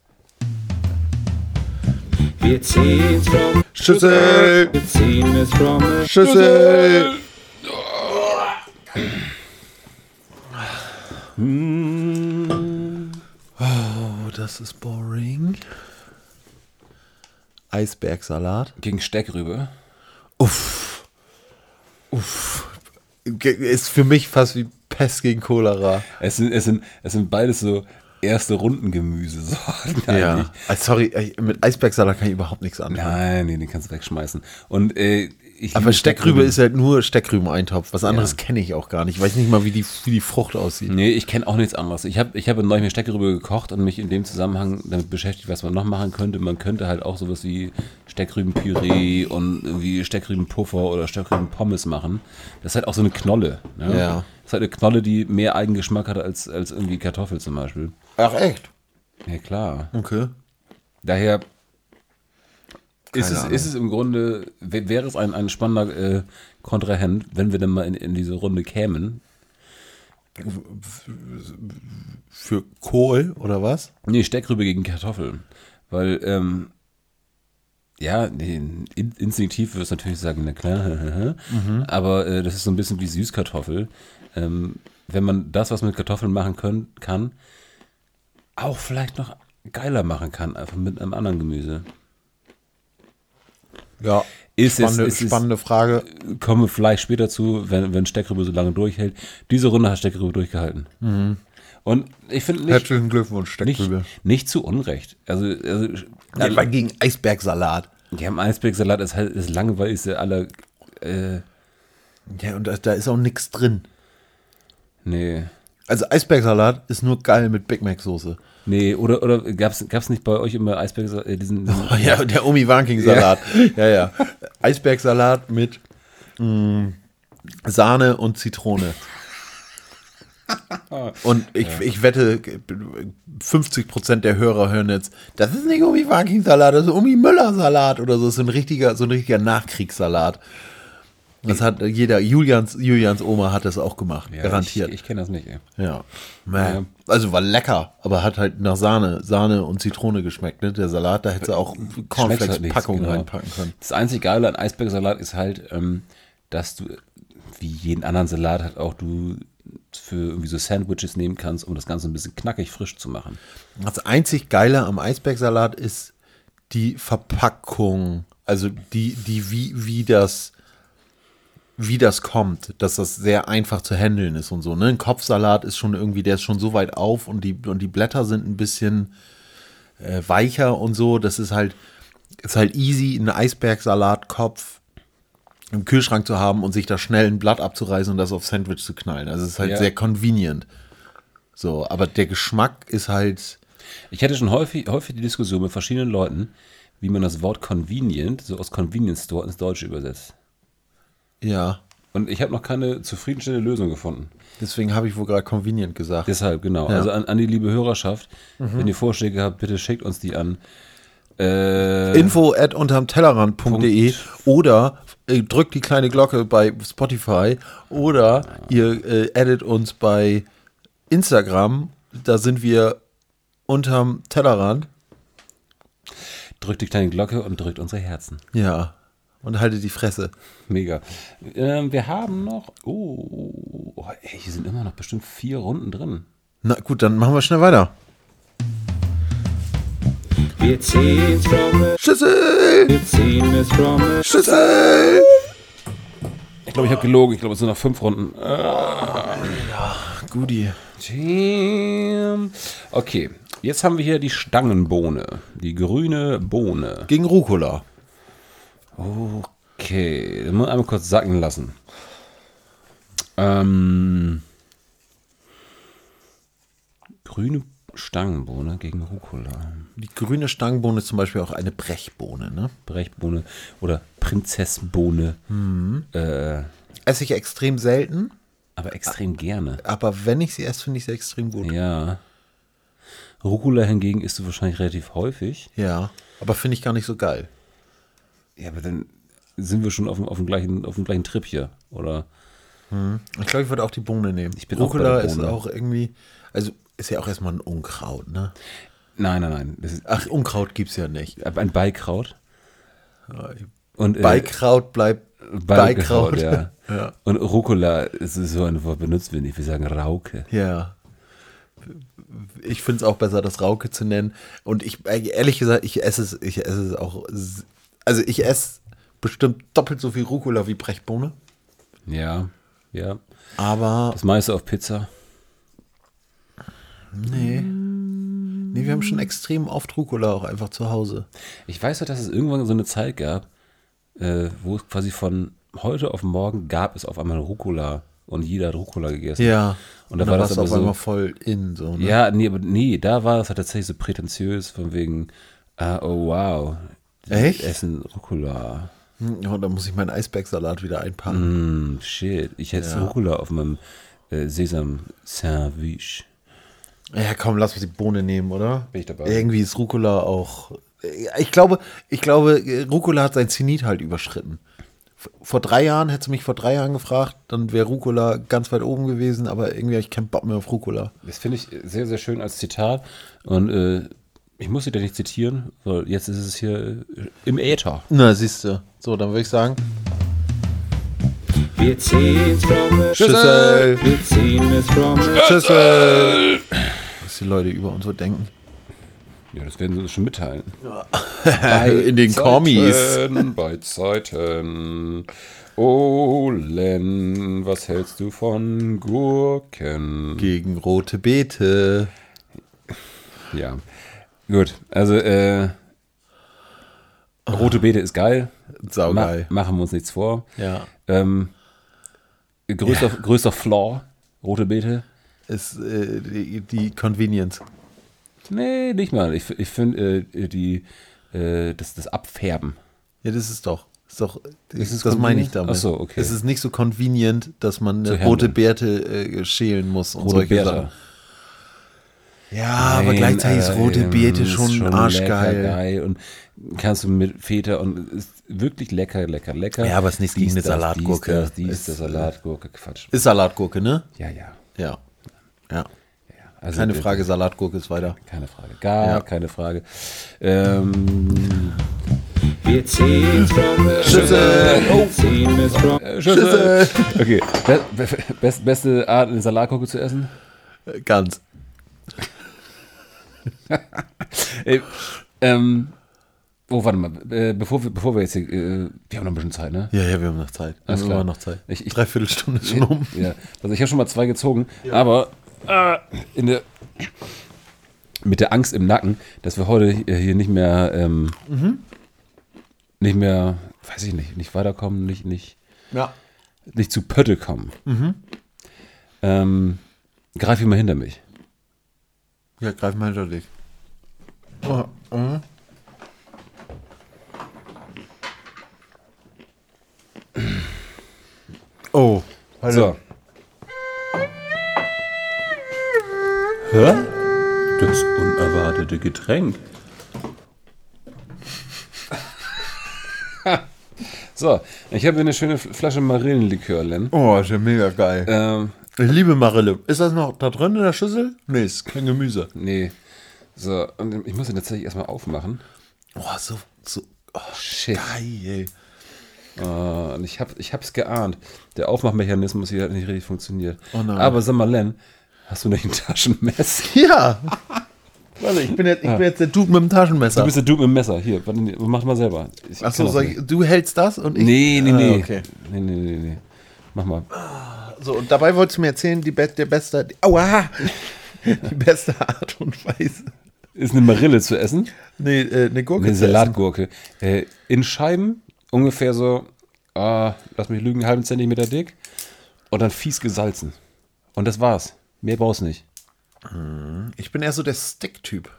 S5: Wir ziehen's from,
S2: Schüssel!
S5: wir ziehen es from,
S2: Schüssel! Oh, das ist boring. Eisbergsalat.
S3: Gegen Steckrübe.
S2: Uff. Uff. Ge- Ist für mich fast wie Pest gegen Cholera.
S3: Es sind, es sind, es sind beides so erste Rundengemüsesorten eigentlich.
S2: Ah, Sorry, ey, mit Eisbergsalat kann ich überhaupt nichts anfangen.
S3: Nein, nee, den kannst du wegschmeißen. Und äh, ich
S2: Aber
S3: liebe
S2: Steckrübe ist halt nur Steckrüben-Eintopf. Was anderes
S3: Ja.
S2: kenne ich auch gar nicht. Ich weiß nicht mal, wie die, wie die Frucht aussieht.
S3: Nee, ich kenne auch nichts anderes. Ich habe ich hab neulich mit Steckrübe gekocht und mich in dem Zusammenhang damit beschäftigt, was man noch machen könnte. Man könnte halt auch sowas wie Steckrübenpüree und irgendwie Steckrübenpuffer oder Steckrübenpommes machen. Das ist halt auch so eine Knolle. Ne?
S2: Ja.
S3: Das ist halt eine Knolle, die mehr Eigengeschmack hat als, als irgendwie Kartoffel zum Beispiel.
S2: Ach, echt?
S3: Ja, klar.
S2: Okay.
S3: Daher ist es,
S2: Ahnung.
S3: ist es im Grunde, wä- wäre es ein, ein spannender äh, Kontrahent, wenn wir dann mal in, in diese Runde kämen.
S2: Für Kohl oder was?
S3: Nee, Steckrübe gegen Kartoffeln. Weil, ähm, ja, nee, in, instinktiv würde es natürlich sagen, na klar, aber äh, das ist so ein bisschen wie Süßkartoffel. Ähm, wenn man das, was man mit Kartoffeln machen können, kann, auch vielleicht noch geiler machen kann, einfach mit einem anderen Gemüse.
S2: Ja.
S3: Ist es-
S2: spannende,
S3: ist es-
S2: spannende Frage.
S3: kommen wir vielleicht später zu, wenn, wenn Steckrübe so lange durchhält. Diese Runde hat Steckrübe durchgehalten. Und ich finde nicht,
S2: Herzlichen Glückwunsch,
S3: nicht,
S2: Steckrübe.
S3: nicht zu Unrecht. Also, also
S2: Ja, mal gegen Eisbergsalat.
S3: die haben Eisbergsalat, das ist halt das langweiligste aller. Äh,
S2: Ja, und da, da ist auch nichts drin.
S3: nee.
S2: Also Eisbergsalat ist nur geil mit Big Mac-Soße.
S3: Nee, oder, oder gab's, gab's nicht bei euch immer Eisbergsalat, äh, diesen, diesen
S2: Oh ja, der Omi Wanking Salat. Ja, ja. Eisbergsalat mit mm, Sahne und Zitrone. Und ich, ich wette, 50% der Hörer hören jetzt, das ist nicht Omi Wanking Salat, das ist Omi Müller Salat oder so. Das ist so ein richtiger, so ein richtiger Nachkriegssalat. Das hat jeder, Julians, Julians Oma hat das auch gemacht,
S3: Ja,
S2: garantiert.
S3: Ich, ich kenne das nicht, ey.
S2: ja.
S3: Ja.
S2: Man. Also war lecker, aber hat halt nach Sahne, Sahne und Zitrone geschmeckt, ne? Der Salat, da hätte sie auch
S3: Schmeckt halt nichts,
S2: Cornflakes-Packung
S3: genau.
S2: reinpacken können.
S3: Das einzige Geile an Eisbergsalat ist halt, ähm, dass du, wie jeden anderen Salat, halt auch du für irgendwie so Sandwiches nehmen kannst, um das Ganze ein bisschen knackig frisch zu machen.
S2: Das einzig Geile am Eisbergsalat ist die Verpackung. Also die, die, wie, wie das, wie das kommt, dass das sehr einfach zu handeln ist und so. Ne? Ein Kopfsalat ist schon irgendwie, der ist schon so weit auf und die, und die Blätter sind ein bisschen äh, weicher und so. Das ist halt, ist halt easy, einen Eisbergsalatkopf im Kühlschrank zu haben und sich da schnell ein Blatt abzureißen und das auf Sandwich zu knallen. Also es ist halt
S3: Ja.
S2: sehr convenient. So, aber der Geschmack ist halt,
S3: Ich hatte schon häufig, häufig die Diskussion mit verschiedenen Leuten, wie man das Wort convenient, so aus Convenience Store ins Deutsche übersetzt.
S2: Ja,
S3: Und ich habe noch keine zufriedenstellende Lösung gefunden.
S2: deswegen habe ich wohl gerade convenient gesagt.
S3: Deshalb, genau.
S2: Ja.
S3: Also an, an die liebe Hörerschaft, wenn ihr Vorschläge habt, bitte schickt uns die an. Äh,
S2: Info at untermtellerrand.de oder äh, drückt die kleine Glocke bei Spotify oder ihr äh, edit uns bei Instagram. Da sind wir unterm Tellerrand.
S3: drückt die kleine Glocke und drückt unsere Herzen.
S2: Ja. Und haltet die Fresse.
S3: Mega. Ähm, wir haben noch. Oh, oh, ey, hier sind immer noch bestimmt vier Runden drin.
S2: Na gut, dann machen wir schnell weiter.
S5: Wir ziehen's from the,
S2: Schüssel!
S5: wir ziehen es from the,
S2: Schüssel!
S3: Ich glaube, ich habe gelogen. Ich glaube, es sind noch fünf Runden. Äh,
S2: Gudi.
S3: Jam. Okay, jetzt haben wir hier die Stangenbohne. Die grüne Bohne.
S2: Gegen Rucola.
S3: Okay, das muss man einmal kurz sacken lassen. Ähm, grüne Stangenbohne gegen Rucola.
S2: Die grüne Stangenbohne ist zum Beispiel auch eine Brechbohne, ne?
S3: Brechbohne oder Prinzessbohne. Äh,
S2: Esse ich extrem selten,
S3: aber extrem gerne.
S2: aber wenn ich sie esse, finde ich sie extrem gut.
S3: Ja. Rucola hingegen isst du wahrscheinlich relativ häufig.
S2: Ja, aber finde ich gar nicht so geil.
S3: Ja, aber dann sind wir schon auf dem, auf dem, gleichen, auf dem gleichen Trip hier. Oder
S2: Ich glaube, ich würde auch die Bohne nehmen.
S3: Ich bin auch bei
S2: Rucola
S3: der
S2: ist
S3: Bohne.
S2: auch irgendwie, also ist ja auch erstmal ein Unkraut, ne?
S3: nein, nein, nein. Das ist
S2: Ach, Unkraut gibt's ja nicht.
S3: ein Beikraut. Und, äh,
S2: Beikraut bleibt
S3: Beikraut,
S2: Beikraut.
S3: ja.
S2: ja.
S3: Und Rucola, es ist so ein Wort, benutzen wir nicht. Wir sagen Rauke.
S2: Ja. Ich finde es auch besser, das Rauke zu nennen. Und ich, äh, ehrlich gesagt, ich esse es, ich esse es auch. s- Also ich esse bestimmt doppelt so viel Rucola wie Brechbohne.
S3: Ja, ja.
S2: Aber
S3: Das meiste auf Pizza.
S2: nee. Nee, wir haben schon extrem oft Rucola auch einfach zu Hause.
S3: Ich weiß doch, dass es irgendwann so eine Zeit gab, äh, wo es quasi von heute auf morgen gab es auf einmal Rucola und jeder hat Rucola gegessen.
S2: Ja.
S3: Und da war das
S2: war's
S3: aber
S2: auf einmal
S3: so.
S2: voll in. So, ne?
S3: Ja, nee, aber nee, da war das halt tatsächlich so prätentiös von wegen, ah, oh wow. die
S2: Echt?
S3: Essen Rucola.
S2: Hm, Ja, da muss ich meinen Eisbergsalat wieder einpacken.
S3: Hm, shit. Ich esse Rucola auf meinem äh, Sesam-Sandwich.
S2: Ja, komm, lass uns die Bohne nehmen, oder?
S3: Bin ich dabei.
S2: Irgendwie ist Rucola auch. äh, Ich glaube, ich glaube, Rucola hat sein Zenit halt überschritten. Vor drei Jahren, hättest du mich vor drei Jahren gefragt, dann wäre Rucola ganz weit oben gewesen, aber irgendwie habe ich keinen Bock mehr auf Rucola.
S3: Das finde ich sehr, sehr schön als Zitat. Und äh, ich muss sie da nicht zitieren, weil jetzt ist es hier äh, im Äther.
S2: Na, siehst du. So, dann würde ich sagen.
S5: wir ziehen's from the,
S2: Schüssel!
S5: wir ziehen es from the,
S2: Schüssel! Was die Leute über uns so denken.
S3: Ja, das werden sie uns schon mitteilen.
S2: In den Kommis.
S3: bei Zeiten. Olen, was hältst du von Gurken?
S2: Gegen rote Beete.
S3: Ja. Gut, also äh, rote Beete ist geil.
S2: Ah. Saugeil.
S3: Ma machen wir uns nichts vor.
S2: Ja.
S3: Ähm, größter, größter Flaw, rote Beete.
S2: Ist äh, die, die Convenience.
S3: Nee, nicht mal. Ich, ich finde äh, die äh, das, das Abfärben.
S2: Ja, das ist doch. Ist doch
S3: Ist es
S2: das meine ich
S3: convenient?
S2: damit.
S3: Ach so, okay.
S2: Es ist nicht so convenient, dass man
S3: Zu
S2: eine
S3: handeln.
S2: rote Beete äh, schälen muss und
S3: Rote
S2: solche
S3: Beete.
S2: Sachen. Ja, aber
S3: Nein,
S2: gleichzeitig ist
S3: aber
S2: rote
S3: eben,
S2: Beete
S3: ist
S2: schon
S3: lecker
S2: arschgeil.
S3: geil Und kannst du mit Feta und ist wirklich lecker, lecker, lecker.
S2: Ja, aber ist nichts
S3: Dies,
S2: gegen eine
S3: das,
S2: Salatgurke.
S3: Dies, das, dies,
S2: Ist-
S3: das Salatgurke, Quatsch.
S2: Ist Salatgurke, ne?
S3: Ja, ja.
S2: Ja. Ja.
S3: ja. Also,
S2: Keine
S3: äh,
S2: Frage, Salatgurke ist weiter.
S3: Keine Frage. Gar
S2: Ja.
S3: keine Frage. Ähm,
S5: Wir ziehen's from the
S2: Schüsse!
S5: Wir ziehen es from
S3: Oh. äh, Schüsse. Okay. Be be best, beste Art, eine Salatgurke zu essen?
S2: Äh, Ganz.
S3: Ey, Äh, ähm, oh, warte mal. Äh, bevor, wir, bevor wir jetzt hier. Äh, wir haben noch ein bisschen Zeit, ne?
S2: Ja, ja, wir haben noch Zeit.
S3: Alles
S2: wir
S3: klar.
S2: haben noch Zeit.
S3: Ich- ich-
S2: Dreiviertel Stunde ist schon um.
S3: Ja, also ich habe schon mal zwei gezogen, aber äh, in der, mit der Angst im Nacken, dass wir heute äh, hier hier nicht mehr, ähm, nicht mehr, weiß ich nicht, nicht weiterkommen, nicht, nicht,
S2: Ja.
S3: nicht zu Pötte kommen. Ähm, greif ich mal hinter mich.
S2: Ja, greif mal hinter dich. Oh.
S3: So. Hä? Das unerwartete Getränk. so, ich habe hier eine schöne Flasche Marillenlikör, Len.
S2: Oh, ist ja mega geil.
S3: Ähm,
S2: Ich liebe Marille. Ist das noch da drin in der Schüssel? Nee, ist kein Gemüse.
S3: nee. So, und ich muss ihn tatsächlich erstmal aufmachen.
S2: Oh, so, so oh,
S3: Shit.
S2: geil.
S3: Ah, und ich, hab, ich hab's geahnt. Der Aufmachmechanismus hier hat nicht richtig funktioniert.
S2: Oh nein.
S3: Aber sag mal, Len, hast du nicht ein Taschenmesser?
S2: Ja. Warte, ich bin, jetzt, ich bin jetzt der Dude mit dem Taschenmesser.
S3: Ah. Du bist der Dude mit dem Messer. Hier, warte, nee, mach mal selber. Ich
S2: Ach so,
S3: kann das
S2: sag
S3: nicht.
S2: ich, du hältst das und ich.
S3: Nee, nee,
S2: Ah,
S3: nee.
S2: okay.
S3: Nee, nee, nee, nee. Mach mal.
S2: So, und dabei wolltest du mir erzählen, die be der beste. Aua! Die beste Art und Weise.
S3: Ist eine Marille zu essen?
S2: Nee, äh, eine Gurke.
S3: Eine
S2: zu essen.
S3: Salatgurke. Äh, in Scheiben ungefähr so, ah, lass mich lügen, einen halben Zentimeter dick. Und dann fies gesalzen. Und das war's. Mehr brauchst du nicht.
S2: Ich bin eher so der Stick-Typ.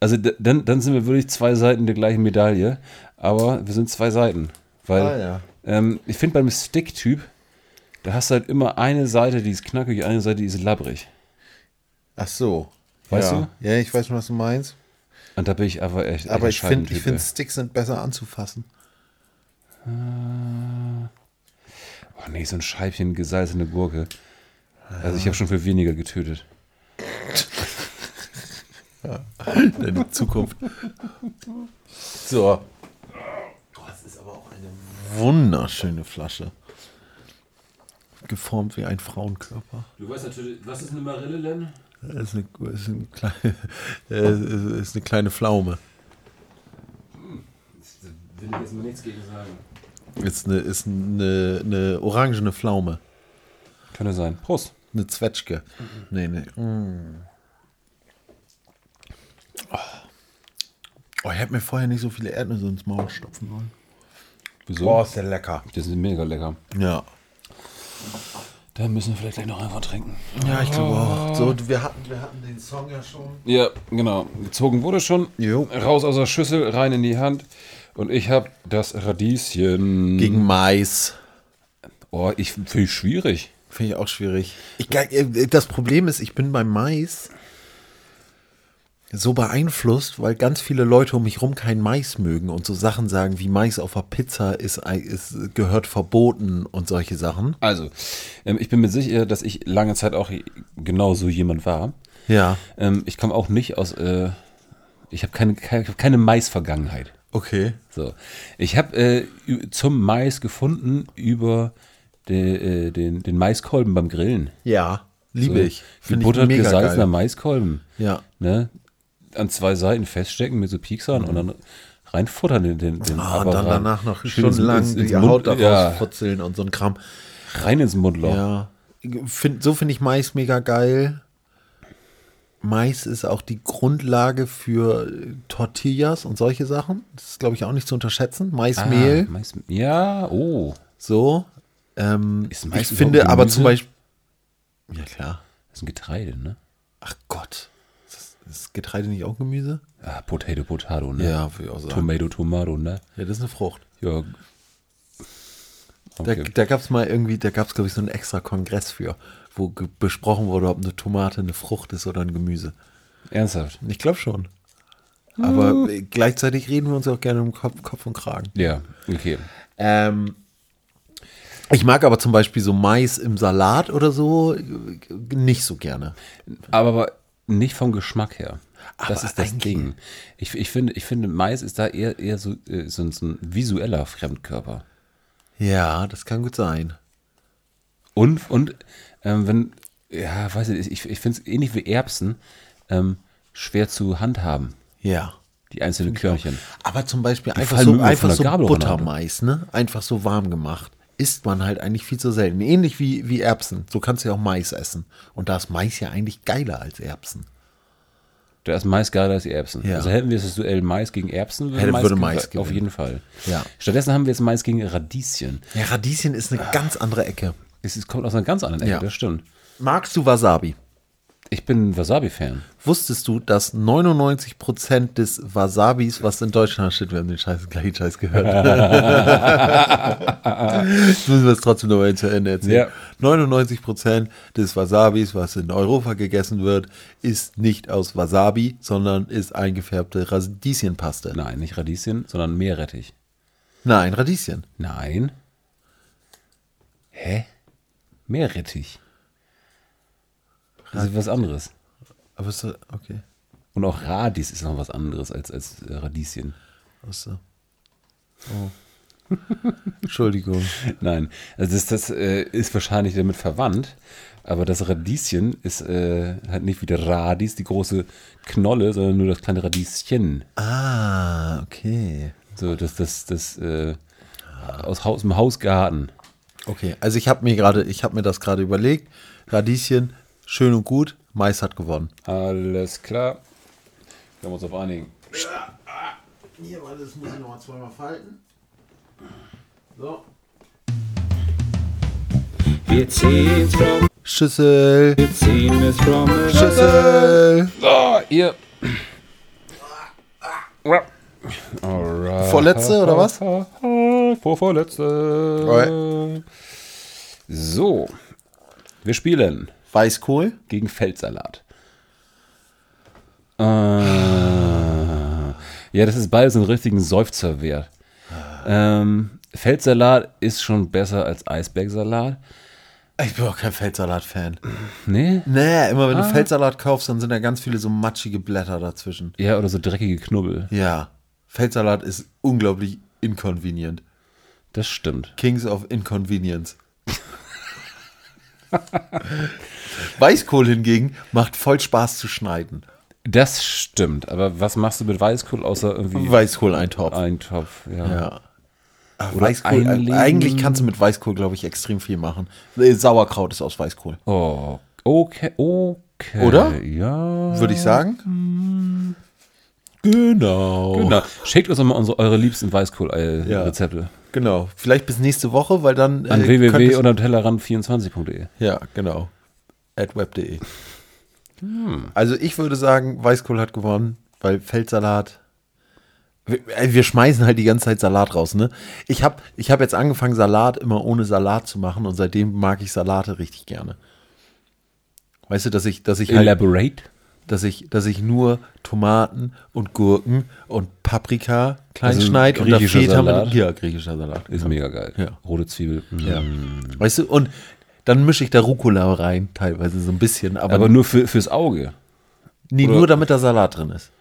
S3: Also d- dann, dann sind wir wirklich zwei Seiten der gleichen Medaille. Aber wir sind zwei Seiten. Weil
S2: Ah, ja.
S3: ähm, ich finde beim Stick-Typ, da hast du halt immer eine Seite, die ist knackig, eine Seite, die ist labbrig.
S2: Ach so.
S3: Weißt
S2: ja. du? Ja, ich weiß schon, was du meinst.
S3: Und da bin ich einfach echt. echt
S2: Aber
S3: ein
S2: ich finde, ich
S3: Scheibentyp,
S2: find,
S3: ey.
S2: Sticks sind besser anzufassen.
S3: Oh nee, so ein Scheibchen gesalzene Gurke. Also ich habe schon für weniger getötet.
S2: Deine Zukunft. So. Das ist aber auch eine wunderschöne Flasche. Geformt wie ein Frauenkörper.
S3: Du weißt natürlich, was ist eine Marille denn?
S2: Das ist eine, das ist eine, kleine, äh, ist eine kleine Pflaume.
S3: Will ich jetzt mal nichts gegen sagen.
S2: Ist eine, ist eine, eine orangene Pflaume.
S3: Könnte sein. Prost.
S2: Eine Zwetschge. Nee, nee. Mm. Oh. oh, ich hätte mir vorher nicht so viele Erdnüsse ins Maul stopfen wollen.
S3: Wieso?
S2: ist der lecker.
S3: Das ist mega lecker.
S2: Ja.
S3: Da müssen wir vielleicht gleich noch einfach trinken.
S2: Ja, ich glaube auch. So, wir, hatten, wir hatten den Song ja schon.
S3: Ja, genau. Gezogen wurde schon.
S2: Jo.
S3: Raus aus der Schüssel, rein in die Hand. Und ich habe das Radieschen.
S2: Gegen Mais.
S3: Oh, ich finde es schwierig.
S2: Finde ich auch schwierig. Ich, glaub, äh, das Problem ist, ich bin beim Mais so beeinflusst, weil ganz viele Leute um mich rum keinen Mais mögen und so Sachen sagen wie Mais auf der Pizza ist, ein- ist gehört verboten und solche Sachen.
S3: Also, ähm, ich bin mir sicher, dass ich lange Zeit auch genau so jemand war.
S2: Ja,
S3: Ähm, ich komme auch nicht aus. Äh, ich habe keine, keine, ich hab keine Mais-Vergangenheit.
S2: okay.
S3: So. Ich habe äh, ü- zum Mais gefunden über de, äh, den, den Maiskolben beim Grillen.
S2: Ja, liebe
S3: So.
S2: ich.
S3: Wie
S2: Finde ich
S3: buttert
S2: mega
S3: gesalzener
S2: geil.
S3: Maiskolben.
S2: Ja.
S3: Ne? An zwei Seiten feststecken mit so Pieksern und dann reinfuttern den. den, den
S2: Ah, und
S3: aber
S2: dann
S3: rein.
S2: danach noch
S3: Schön
S2: stundenlang
S3: ins- ins
S2: die
S3: Mund-
S2: Haut daraus
S3: ja,
S2: futzeln und so ein Kram.
S3: rein ins Mundloch.
S2: Ja. Find, so finde ich Mais mega geil. Mais ist auch die Grundlage für äh, Tortillas und solche Sachen. Das ist, glaube ich, auch nicht zu unterschätzen.
S3: Ah,
S2: Maismehl,
S3: Mais, ja, oh.
S2: so. Ähm,
S3: Ist Mais
S2: ich
S3: überhaupt
S2: finde aber
S3: Gemüse?
S2: zum Beispiel. Ja, klar.
S3: Das ist ein Getreide, ne?
S2: Ach Gott. Ist, das, ist Getreide nicht auch Gemüse?
S3: Ah, Potato, Potato, ne?
S2: würde ich auch
S3: Tomato, Tomato, ne?
S2: Ja, das ist eine Frucht.
S3: Ja.
S2: Da,
S3: Okay.
S2: da gab es mal irgendwie, da gab es, glaube ich, so einen extra Kongress für, wo ge- besprochen wurde, ob eine Tomate eine Frucht ist oder ein Gemüse.
S3: Ernsthaft?
S2: Ich glaube schon. Aber äh, gleichzeitig reden wir uns auch gerne um Kopf, Kopf und Kragen.
S3: Ja, okay.
S2: Ähm, ich mag aber zum Beispiel so Mais im Salat oder so äh, nicht so gerne.
S3: Aber nicht vom Geschmack her.
S2: Aber
S3: Das ist das
S2: eigentlich-
S3: Ding. Ich, ich, finde, ich finde, Mais ist da eher, eher so, äh, so, ein- so ein visueller Fremdkörper.
S2: Ja, das kann gut sein.
S3: Und, und ähm, wenn, ja, weiß ich, nicht, ich, ich finde es ähnlich wie Erbsen, ähm, schwer zu handhaben,
S2: Ja.
S3: die einzelnen Körnchen.
S2: Aber zum Beispiel einfach
S3: fallen
S2: so,
S3: mir immer
S2: einfach
S3: von der
S2: so
S3: Gabel auch noch an.
S2: Buttermais, ne? Einfach so warm gemacht. Isst man halt eigentlich viel zu selten. Ähnlich wie, wie Erbsen. So kannst du ja auch Mais essen. Und da ist Mais ja eigentlich geiler als Erbsen.
S3: Da ist Mais geiler als Erbsen.
S2: Ja.
S3: Also hätten wir jetzt das Duell Mais gegen Erbsen, würde
S2: Hätte-
S3: Mais,
S2: würde
S3: gewinnen.
S2: Mais
S3: auf
S2: gewinnen.
S3: jeden Fall.
S2: Ja.
S3: Stattdessen haben wir jetzt Mais gegen Radieschen.
S2: Ja, Radieschen ist eine ganz andere Ecke.
S3: Es, es kommt aus einer ganz anderen Ecke,
S2: Ja.
S3: das stimmt.
S2: Magst du Wasabi?
S3: Ich bin ein Wasabi-Fan.
S2: Wusstest du, dass 99% des Wasabis, was in Deutschland steht, wir haben den Scheiß, gleichen Scheiß gehört. Jetzt müssen wir es trotzdem nochmal zu Ende erzählen.
S3: Ja.
S2: 99% des Wasabis, was in Europa gegessen wird, ist nicht aus Wasabi, sondern ist eingefärbte Radieschenpaste.
S3: Nein, nicht Radieschen, sondern Meerrettich.
S2: Nein, Radieschen.
S3: Nein. Hä? Meerrettich. Das ist was anderes.
S2: Aber ist das- okay.
S3: Und auch Radies ist noch was anderes als, als äh, Radieschen.
S2: Achso. Oh. Entschuldigung.
S3: Nein, also das, das äh, ist wahrscheinlich damit verwandt, aber das Radieschen ist äh, halt nicht wie der Radies, die große Knolle, sondern nur das kleine Radieschen.
S2: Ah, okay.
S3: So, das, das, das äh, aus Haus, im Hausgarten.
S2: Okay, also ich habe mir gerade, ich habe mir das gerade überlegt. Radieschen, schön und gut. Mais hat gewonnen.
S3: Alles klar. Können wir uns auf einigen.
S2: Hier, weil das muss ich nochmal zweimal falten. So.
S5: Wir ziehen's from,
S2: Schüssel,
S5: wir ziehen es from.
S2: Schüssel.
S3: So, Ah, ihr. Alright.
S2: Vorletzte oder was?
S3: Vorvorletzte. So, wir spielen
S2: Weißkohl.
S3: gegen Feldsalat. Äh, ja, das ist beides ein richtigen Seufzer wert. Ähm, Feldsalat ist schon besser als Eisbergsalat.
S2: Ich bin auch kein Feldsalat-Fan.
S3: Nee?
S2: Nee, immer wenn du Feldsalat kaufst, dann sind da ganz viele so matschige Blätter dazwischen.
S3: Ja, oder so dreckige Knubbel.
S2: Ja, Feldsalat ist unglaublich inconvenient.
S3: Das stimmt.
S2: Kings of Inconvenience. Weißkohl hingegen macht voll Spaß zu schneiden.
S3: Das stimmt, aber was machst du mit Weißkohl außer irgendwie
S2: Weißkohleintopf.
S3: Eintopf? Ja.
S2: Ja.
S3: Oder
S2: Weißkohl, äh,
S3: einlegen.
S2: eigentlich kannst du mit Weißkohl, glaube ich, extrem viel machen. Äh, Sauerkraut ist aus Weißkohl,
S3: Oh, okay, okay.
S2: Oder?
S3: Ja.
S2: würde ich sagen. Genau.
S3: Genau. Schickt uns doch mal unsere, eure liebsten
S2: Ja.
S3: Weißkohl-Rezepte
S2: Genau. Vielleicht bis nächste Woche, weil dann.
S3: an
S2: äh,
S3: www
S2: könntest-
S3: oder tellerrand24.de.
S2: Ja, genau. At web.de. Also ich würde sagen, Weißkohl hat gewonnen, weil Feldsalat. Wir, äh, wir schmeißen halt die ganze Zeit Salat raus, ne? Ich habe ich hab jetzt angefangen, Salat immer ohne Salat zu machen und seitdem mag ich Salate richtig gerne. Weißt du, dass ich, dass ich halt,
S3: Elaborate.
S2: dass ich, dass ich nur Tomaten und Gurken und Paprika klein
S3: Also
S2: schneid und da
S3: griechischer
S2: Feta
S3: Salat?
S2: mit, ja, griechischer Salat.
S3: Ist mega geil.
S2: Ja.
S3: Rote Zwiebel. Mhm.
S2: Ja. Weißt du, und dann mische ich da Rucola rein, teilweise so ein bisschen, aber,
S3: Aber nur für, fürs Auge.
S2: nee, nur damit der Salat drin ist.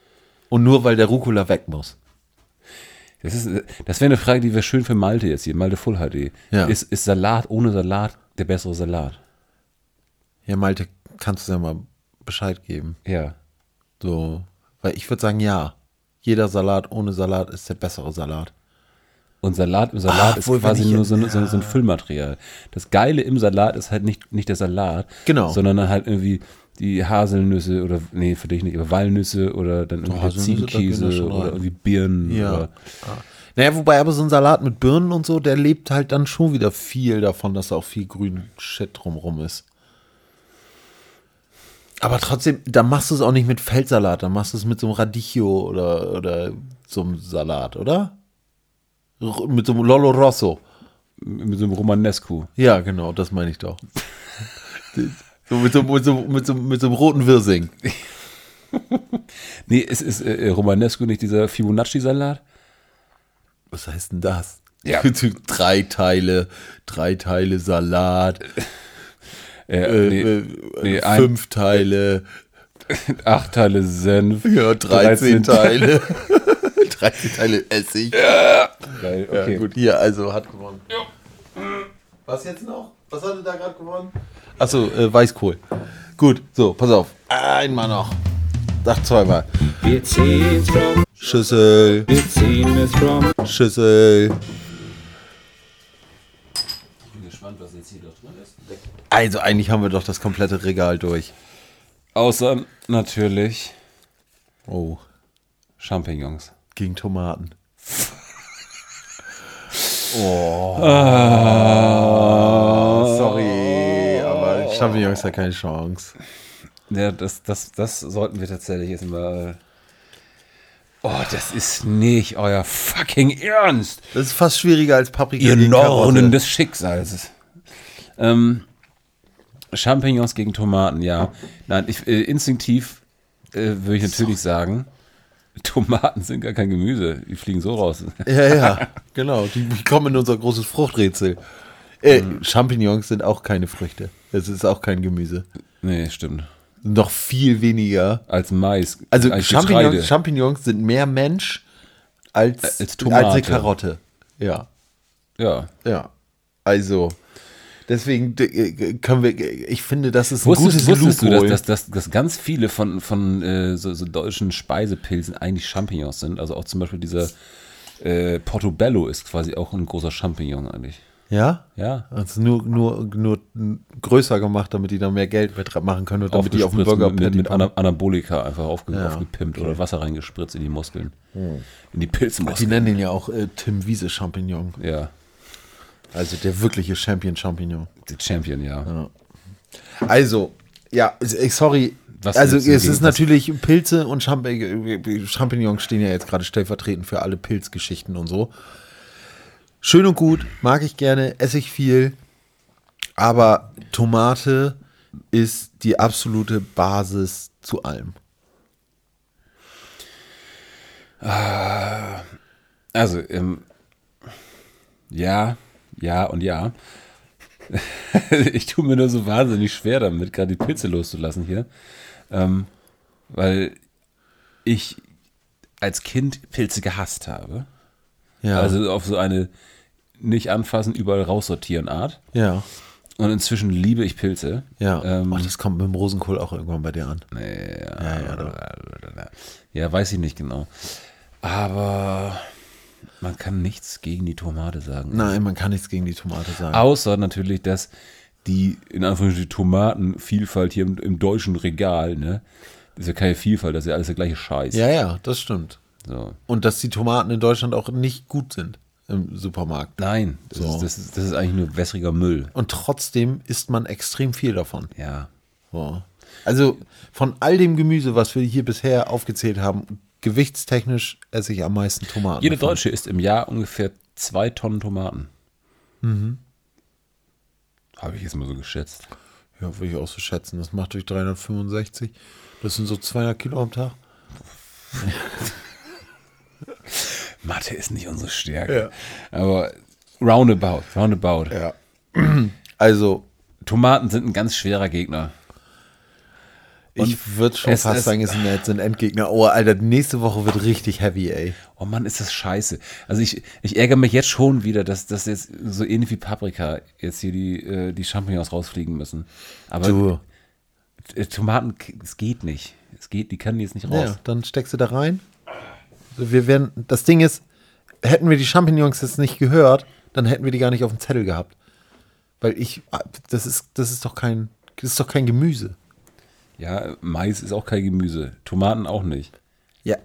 S2: Und nur weil der Rucola weg muss.
S3: Das, ist, das wäre eine Frage, die wäre schön für Malte jetzt hier. Malte Full HD.
S2: Ja.
S3: Ist, ist Salat ohne Salat der bessere Salat?
S2: Ja, Malte, kannst du ja mal Bescheid geben.
S3: Ja.
S2: So, weil ich würde sagen, ja. Jeder Salat ohne Salat ist der bessere Salat.
S3: Und Salat im Salat
S2: Ah,
S3: ist
S2: obwohl, wenn
S3: quasi
S2: ich- Ah.
S3: nur so, ein- so, ein- so ein Füllmaterial. Das Geile im Salat ist halt nicht, nicht der Salat,
S2: Genau.
S3: sondern dann halt irgendwie die Haselnüsse oder, nee, für dich nicht, aber Walnüsse oder dann irgendwie
S2: Oh, Haselnüsse, da gehen ja
S3: Ziegenkäse
S2: schon
S3: oder
S2: rein.
S3: irgendwie Birnen.
S2: Ja.
S3: Oder,
S2: Ah. Naja, wobei aber so ein Salat mit Birnen und so, der lebt halt dann schon wieder viel davon, dass da auch viel grün Shit drumrum ist. Aber trotzdem, da machst du es auch nicht mit Feldsalat, da machst du es mit so einem Radicchio oder, oder so einem Salat, oder? R mit so einem Lollo Rosso.
S3: mit so einem Romanescu.
S2: Ja, genau, das meine ich doch. so mit, so, mit, so, mit, so, mit so einem roten Wirsing.
S3: Nee, es ist äh, Romanescu nicht dieser Fibonacci-Salat?
S2: Was heißt denn das?
S3: Ja.
S2: drei Teile, drei Teile Salat,
S3: Äh,
S2: äh,
S3: nee,
S2: äh,
S3: nee, ein-
S2: fünf Teile,
S3: acht Teile Senf.
S2: ja, 13
S3: 13
S2: Teile. 13 Teile Essig.
S3: Geil,
S2: Ja,
S3: okay.
S2: gut, hier, also hat gewonnen. Was jetzt noch? Was hatte da gerade gewonnen? Achso, äh, Weißkohl. Gut, so, pass auf. Einmal noch. Sag zweimal.
S5: Wir ziehen's from,
S2: Schüssel,
S5: wir ziehen es from.
S2: Schüssel.
S3: Ich bin gespannt, was jetzt hier noch drin ist.
S2: Also, eigentlich haben wir doch das komplette Regal durch.
S3: Außer natürlich
S2: Oh,
S3: Champignons.
S2: gegen Tomaten. Oh. Sorry, aber Champignons hat keine Chance.
S3: Ja, das, das, das sollten wir tatsächlich jetzt mal. Oh, das ist nicht euer fucking Ernst.
S2: Das ist fast schwieriger als Paprika.
S3: Ihr
S2: gegen
S3: Nornen
S2: Karotte.
S3: des Schicksals. Ähm, Champignons gegen Tomaten, ja. Nein, ich, äh, instinktiv äh, würde ich natürlich sagen, Tomaten sind gar kein Gemüse. Die fliegen so raus.
S2: Ja, ja, genau. Die kommen in unser großes Fruchträtsel. Äh,
S3: Mhm.
S2: Champignons sind auch keine Früchte. Es ist auch kein Gemüse.
S3: nee, stimmt.
S2: Noch viel weniger.
S3: Als Mais.
S2: Also
S3: als Getreide.
S2: Champignons, Champignons sind mehr Mensch als,
S3: Äh, als Tomate.
S2: als eine Karotte. Ja,
S3: ja.
S2: ja. Also, deswegen äh, können wir, ich finde, das ist ein
S3: Wusstest,
S2: gutes
S3: wusstest du, dass,
S2: Loophole.
S3: dass, dass, dass ganz viele von, von äh, so, so deutschen Speisepilzen eigentlich Champignons sind? Also auch zum Beispiel dieser äh, Portobello ist quasi auch ein großer Champignon eigentlich.
S2: ja?
S3: Ja.
S2: Also nur, nur, nur größer gemacht, damit die da mehr Geld mit machen können und damit die auf dem
S3: Aufgespritzt
S2: Burger
S3: mit, mit, mit
S2: Patty-
S3: Ana Anabolika einfach aufge
S2: Ja,
S3: aufgepimpt oder Wasser reingespritzt in die Muskeln. In die
S2: Die
S3: Pilzmuskeln.
S2: nennen ihn ja auch äh, Tim Wiese Champignon.
S3: Ja,
S2: Also der wirkliche Champion Champignon.
S3: der Champion, ja.
S2: Also, ja, s- ey, sorry.
S3: Was
S2: also
S3: willst du
S2: es
S3: gegen-
S2: ist natürlich Pilze und Champ äh, Champignons stehen ja jetzt gerade stellvertretend für alle Pilzgeschichten und so. Schön und gut, mag ich gerne, esse ich viel, aber Tomate ist die absolute Basis zu allem.
S3: Also, ähm, ja, ja und ja. ich tue mir nur so wahnsinnig schwer damit, gerade die Pilze loszulassen hier. Ähm, weil ich als Kind Pilze gehasst habe.
S2: Ja,
S3: Also auf so eine nicht anfassen, überall raussortieren Art.
S2: ja,
S3: Und inzwischen liebe ich Pilze.
S2: ja.
S3: Ähm,
S2: Ach, das kommt mit dem Rosenkohl auch irgendwann bei dir an.
S3: nee, ja,
S2: Ja, ja,
S3: ja, weiß ich nicht genau. Aber man kann nichts gegen die Tomate sagen.
S2: Nein, man kann nichts gegen die Tomate sagen.
S3: Außer natürlich, dass die, in Anführungsstrichen, Tomatenvielfalt hier im, im deutschen Regal, ne? Das ist ja keine Vielfalt, das ist ja alles der gleiche Scheiß.
S2: Ja, ja, das stimmt.
S3: So.
S2: Und dass die Tomaten in Deutschland auch nicht gut sind im Supermarkt.
S3: Nein, das,
S2: So.
S3: ist, das, ist, das ist eigentlich nur wässriger Müll.
S2: Und trotzdem isst man extrem viel davon.
S3: Ja.
S2: So. Also von all dem Gemüse, was wir hier bisher aufgezählt haben, gewichtstechnisch esse ich am meisten Tomaten.
S3: Jeder
S2: davon.
S3: Deutsche isst im Jahr ungefähr zwei Tonnen Tomaten. Mhm. Habe ich jetzt mal so geschätzt.
S2: Ja, würde ich auch so schätzen. Das macht durch 365. Das sind so 200 Kilo am Tag.
S3: Mathe ist nicht unsere Stärke. Aber roundabout, roundabout.
S2: Ja. Also
S3: Tomaten sind ein ganz schwerer Gegner.
S2: ich würde schon
S3: es
S2: fast
S3: ist-
S2: sagen, es sind jetzt ein Endgegner. Oh, Alter, nächste Woche wird richtig heavy, ey.
S3: Oh Mann, ist das scheiße. Also ich, ich ärgere mich jetzt schon wieder, dass das jetzt so ähnlich wie Paprika jetzt hier die, äh, die Champignons rausfliegen müssen. Aber
S2: Du.
S3: äh, Tomaten, k- es geht nicht. Es geht, die können jetzt nicht raus.
S2: Ja, dann steckst du da rein. Also Wir werden, das Ding ist, hätten wir die Champignons jetzt nicht gehört, dann hätten wir die gar nicht auf dem Zettel gehabt. Weil ich, das ist, das ist doch kein, das ist doch kein Gemüse.
S3: Ja, Mais ist auch kein Gemüse. Tomaten auch nicht.
S2: Ja,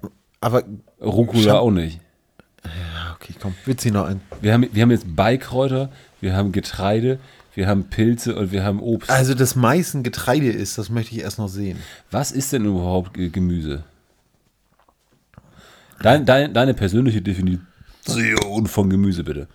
S2: aber,
S3: Rucola
S2: Scham-
S3: auch nicht.
S2: ah, okay, komm, wir ziehen noch einen.
S3: Wir haben, wir haben jetzt Beikräuter, wir haben Getreide, wir haben Pilze und wir haben Obst.
S2: Also, dass Mais ein Getreide ist, das möchte ich erst noch sehen.
S3: Was ist denn überhaupt äh, Gemüse? Dein, dein, deine persönliche Definition von Gemüse, bitte.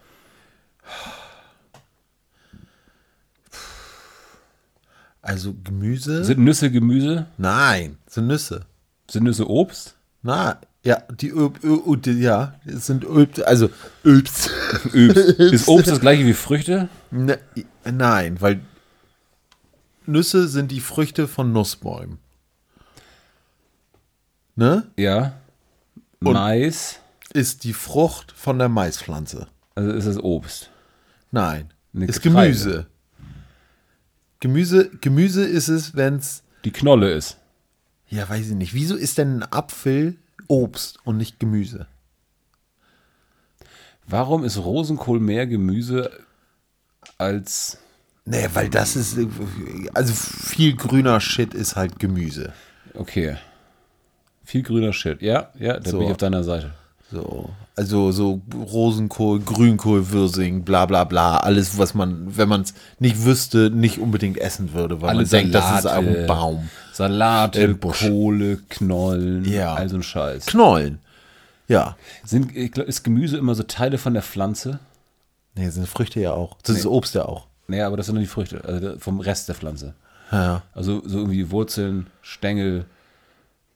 S2: Also Gemüse?
S3: Sind Nüsse Gemüse?
S2: Nein, sind Nüsse.
S3: Sind Nüsse Obst?
S2: Na, ja, die, Öb, Ö, Ö, die ja, es sind Öb, also Öbs.
S3: Obst. Ist Obst das gleiche wie Früchte?
S2: Ne, i- nein, weil Nüsse sind die Früchte von Nussbäumen. Ne?
S3: Ja.
S2: Und-
S3: Mais,
S2: Ist die Frucht von der Maispflanze.
S3: also ist es Obst.
S2: Nein.
S3: Ne,
S2: ist
S3: Getreide.
S2: Gemüse. Gemüse. Gemüse ist es, wenn es.
S3: Die Knolle ist.
S2: Ja, weiß ich nicht. Wieso ist denn ein Apfel Obst und nicht Gemüse?
S3: Warum ist Rosenkohl mehr Gemüse als.
S2: Nee, Ne, weil das ist. Also viel grüner Shit ist halt Gemüse.
S3: Okay. Viel grüner Shit. Ja, ja, da
S2: So.
S3: bin ich auf deiner Seite.
S2: So. Also so Rosenkohl, Grünkohl, Würsing, bla bla bla, alles, was man, wenn man es nicht wüsste, nicht unbedingt essen würde, weil man
S3: Alle
S2: denkt, das ist
S3: Salate.
S2: ein Baum.
S3: Salate,
S2: Im Busch.
S3: Kohle, Knollen,
S2: Ja.
S3: all so ein Scheiß.
S2: Knollen. Ja.
S3: Sind, ich glaub, ist Gemüse immer so Teile von der Pflanze?
S2: Nee, sind Früchte ja auch. Das ist Obst ja auch.
S3: Naja, aber das sind nur die Früchte, also vom Rest der Pflanze.
S2: Ja.
S3: Also so irgendwie Wurzeln, Stängel,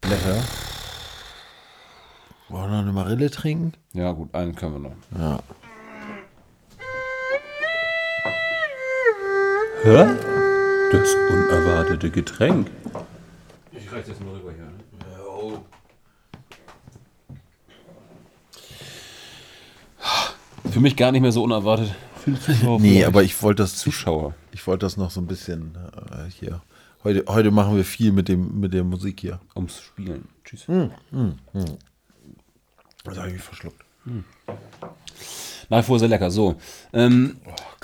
S3: Blätter.
S2: Wollen wir noch eine Marille trinken?
S3: Ja, gut, einen können wir noch.
S6: Hör? Das unerwartete Getränk.
S3: Ich reiche jetzt mal rüber hier. ne? Für mich gar nicht mehr so unerwartet.
S2: Nee, aber ich wollte das zu
S3: Zuschauer.
S2: Ich wollte das noch so ein bisschen äh, hier. Heute, heute machen wir viel mit, dem, mit der Musik hier.
S3: Ums Spielen. Tschüss.
S2: Das habe ich mich verschluckt.
S3: Nach wie vor sehr lecker. So. Ähm,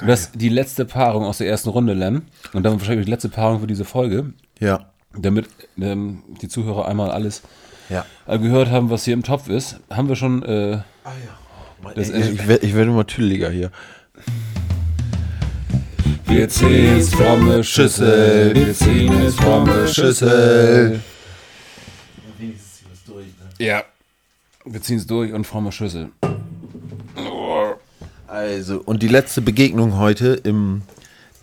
S3: das die letzte Paarung aus der ersten Runde, Lem. Und dann wahrscheinlich die letzte Paarung für diese Folge,
S2: Ja.
S3: damit ähm, die Zuhörer einmal alles
S2: Ja.
S3: äh, gehört haben, was hier im Topf ist. Haben wir schon. Äh,
S2: Das ich, Äh, ich, werde, ich werde immer tüdeliger hier.
S3: wir ziehen's fromme Schüssel.
S5: Wir ziehen es fromme
S2: Schüssel.
S3: Ja. Wir ziehen's durch und fromme Schüssel.
S2: Also, und die letzte Begegnung heute im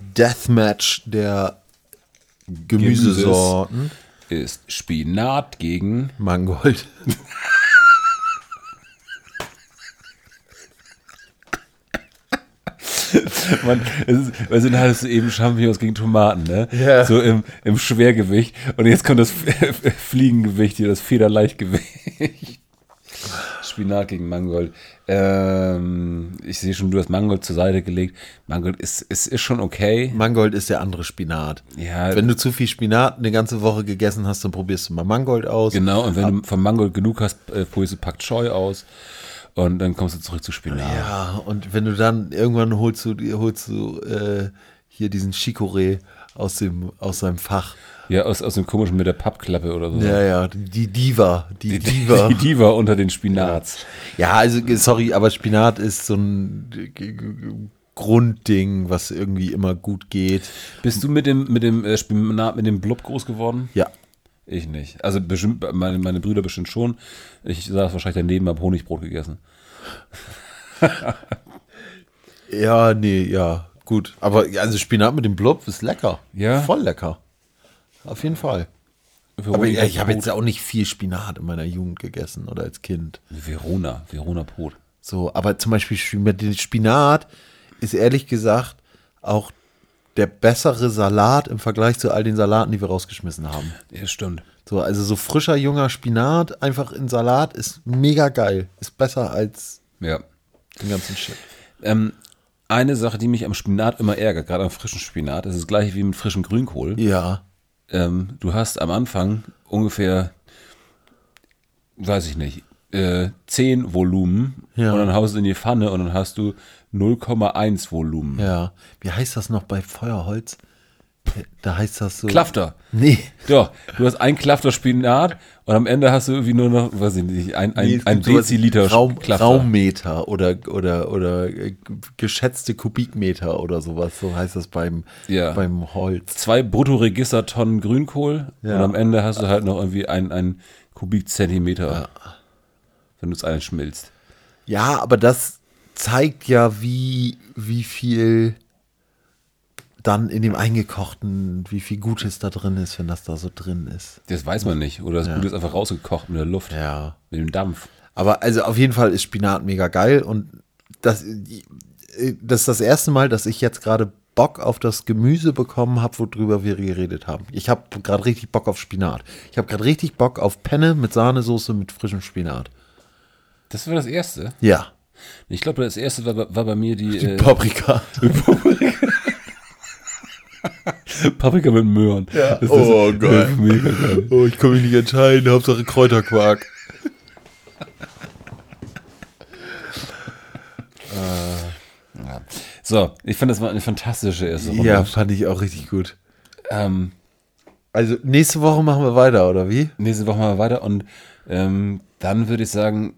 S2: Deathmatch der Gemüsesorten.
S3: Ist Spinat gegen.
S2: Mangold.
S3: Man, es ist, wir sind halt so eben Champignons gegen Tomaten, ne?
S2: Ja.
S3: So im, im Schwergewicht. Und jetzt kommt das Fliegengewicht hier, das Federleichtgewicht. Spinat gegen Mangold. Ähm, ich sehe schon, du hast Mangold zur Seite gelegt. Mangold ist, ist, ist schon okay.
S2: Mangold ist der andere Spinat.
S3: Ja.
S2: Wenn du zu viel Spinat eine ganze Woche gegessen hast, dann probierst du mal Mangold aus.
S3: Genau, und wenn du vom Mangold genug hast, äh, probierst du Pak Choi aus. Und dann kommst du zurück zu Spinat.
S2: Ja, und wenn du dann irgendwann holst du, holst du äh, hier diesen Chicorée aus, dem, aus seinem Fach.
S3: Ja, aus, aus dem komischen mit der Pappklappe oder so.
S2: Ja, ja, die Diva. Die, Diva.
S3: Die Diva unter den Spinats.
S2: Ja, also sorry, aber Spinat ist so ein g- g- g- Grundding, was irgendwie immer gut geht.
S3: Bist du mit dem, mit dem äh, Spinat, mit dem Blub groß geworden?
S2: Ja.
S3: Ich nicht. Also bestimmt, meine, meine Brüder bestimmt schon. Ich saß wahrscheinlich daneben, habe Honigbrot gegessen.
S2: Ja, nee, ja, gut. Aber also Spinat mit dem Blob ist lecker.
S3: Ja.
S2: Voll lecker. Auf jeden Fall. Aber ja, ich habe jetzt auch nicht viel Spinat in meiner Jugend gegessen oder als Kind.
S3: Verona, Verona Brot.
S2: So, aber zum Beispiel Spi- mit dem Spinat ist ehrlich gesagt auch der bessere Salat im Vergleich zu all den Salaten, die wir rausgeschmissen haben.
S3: Ja, stimmt.
S2: So, also so frischer, junger Spinat einfach in Salat ist mega geil. Ist besser als
S3: Ja.
S2: den ganzen Shit.
S3: Ähm, eine Sache, die mich am Spinat immer ärgert, gerade am frischen Spinat, das ist das gleiche wie mit frischem Grünkohl.
S2: Ja.
S3: Ähm, du hast am Anfang ungefähr, weiß ich nicht, äh, 10 Volumen
S2: Ja.
S3: und dann haust du in die Pfanne und dann hast du 0,1 Volumen.
S2: Ja. Wie heißt das noch bei Feuerholz? Äh, Da heißt das so.
S3: Klafter.
S2: Nee.
S3: Doch, du hast ein Klafter Spinat und am Ende hast du irgendwie nur noch, weiß ich nicht, ein, ein,
S2: Nee, es
S3: ein
S2: gibt sowas wie
S3: Deziliter
S2: Raum,
S3: Klafter.
S2: Raummeter oder, oder, oder äh, geschätzte Kubikmeter oder sowas. So heißt das beim,
S3: Ja.
S2: beim Holz.
S3: Zwei Bruttoregistertonnen Grünkohl
S2: Ja.
S3: und am Ende hast du halt noch irgendwie ein, ein Kubikzentimeter, wenn du es einschmilzt.
S2: Ja, aber das zeigt ja, wie, wie viel dann in dem eingekochten, wie viel Gutes da drin ist, wenn das da so drin ist.
S3: Das weiß man nicht. Oder das Blut ist einfach rausgekocht mit der Luft.
S2: Ja.
S3: Mit dem Dampf.
S2: Aber also auf jeden Fall ist Spinat mega geil und das, äh, das ist das erste Mal, dass ich jetzt gerade Bock auf das Gemüse bekommen habe, worüber wir geredet haben. Ich habe gerade richtig Bock auf Spinat. Ich habe gerade richtig Bock auf Penne mit Sahnesoße mit frischem Spinat.
S3: Das war das Erste.
S2: Ja,
S3: Ich glaube, das Erste war, bei- war bei mir die, äh,
S2: Paprika.
S3: Paprika mit Möhren. Ja.
S2: Oh Gott. Oh, ich kann mich nicht entscheiden. Hauptsache Kräuterquark.
S3: So, ich fand das mal eine fantastische erste Runde.
S2: Ja, fand ich auch richtig gut.
S3: ne? Ähm,
S2: Also nächste Woche machen wir weiter, oder wie?
S3: nächste Woche mal weiter und ähm, dann würde ich sagen,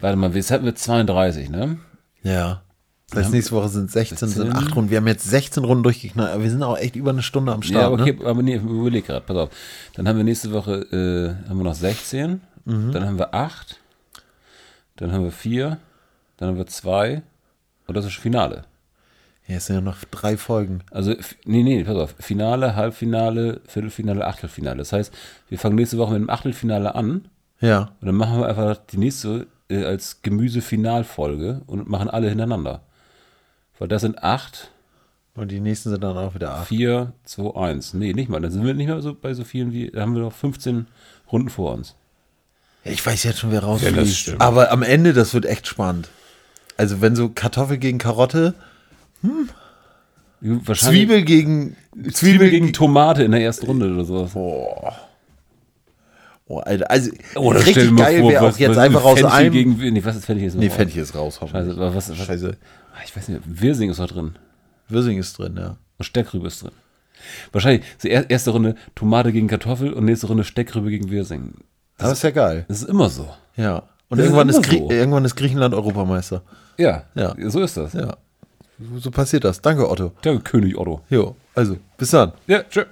S3: warte mal, jetzt hatten wir 32, ne?
S2: Ja. Das heißt, nächste Woche sind 16,
S3: 16.
S2: sind 8 Runden. Wir haben jetzt 16 Runden durchgeknallt. Aber wir sind auch echt über eine Stunde am Start.
S3: ja, aber okay,
S2: ne?
S3: aber nee, ich überleg gerade, pass auf. Dann haben wir nächste Woche, äh, haben wir noch 16, dann haben wir 8, dann haben wir 4, dann haben wir 2 und das ist schon Finale.
S2: Ja, es sind ja noch drei Folgen.
S3: Also, f- nee, nee, pass auf. Finale, Halbfinale, Viertelfinale, Achtelfinale. Das heißt, wir fangen nächste Woche mit dem Achtelfinale an
S2: Ja.
S3: und dann machen wir einfach die nächste äh, als Gemüsefinalfolge und machen alle hintereinander. Weil das sind 8,
S2: Und die nächsten sind dann auch wieder 8.
S3: 4, 2, 1. Nee, nicht mal. Dann sind wir nicht mehr so bei so vielen wie. Da haben wir noch 15 Runden vor uns.
S2: Ich weiß jetzt schon, wer rausfliegt.
S6: Ja, das stimmt.
S2: aber am Ende, das wird echt spannend. Also wenn so Kartoffel gegen Karotte,
S3: Wahrscheinlich
S2: Zwiebel gegen
S3: Zwiebel, gegen Tomate in der ersten Runde oder sowas.
S2: Oh, Alter, also
S3: Oder stell dir
S2: richtig
S3: mal
S2: geil
S3: vor,
S2: wäre auch
S3: was-
S2: jetzt
S3: was-
S2: einfach aus
S3: Fenchel
S2: einem.
S3: Gegen, nee, was ist Fenchel? Ist
S2: nee,
S3: raus.
S2: Fenchel ist raus.
S3: Scheiße, aber was, was,
S2: Scheiße.
S3: Ah, Ich weiß nicht, Wirsing ist noch drin.
S2: Wirsing ist drin, ja.
S3: Und Steckrübe ist drin. Wahrscheinlich, so er- erste Runde Tomate gegen Kartoffel und nächste Runde Steckrübe gegen Wirsing.
S2: Das ist ja geil.
S3: Das ist immer so.
S2: Ja. Und
S3: Das ist
S2: irgendwann ist,
S3: immer
S2: Grie-
S3: so.
S2: irgendwann ist Griechenland Europameister.
S3: Ja,
S2: Ja.
S3: so ist das.
S2: Ja. So passiert das. Danke, Otto.
S3: Der König Otto.
S2: Jo, also, bis dann.
S3: Ja, tschüss.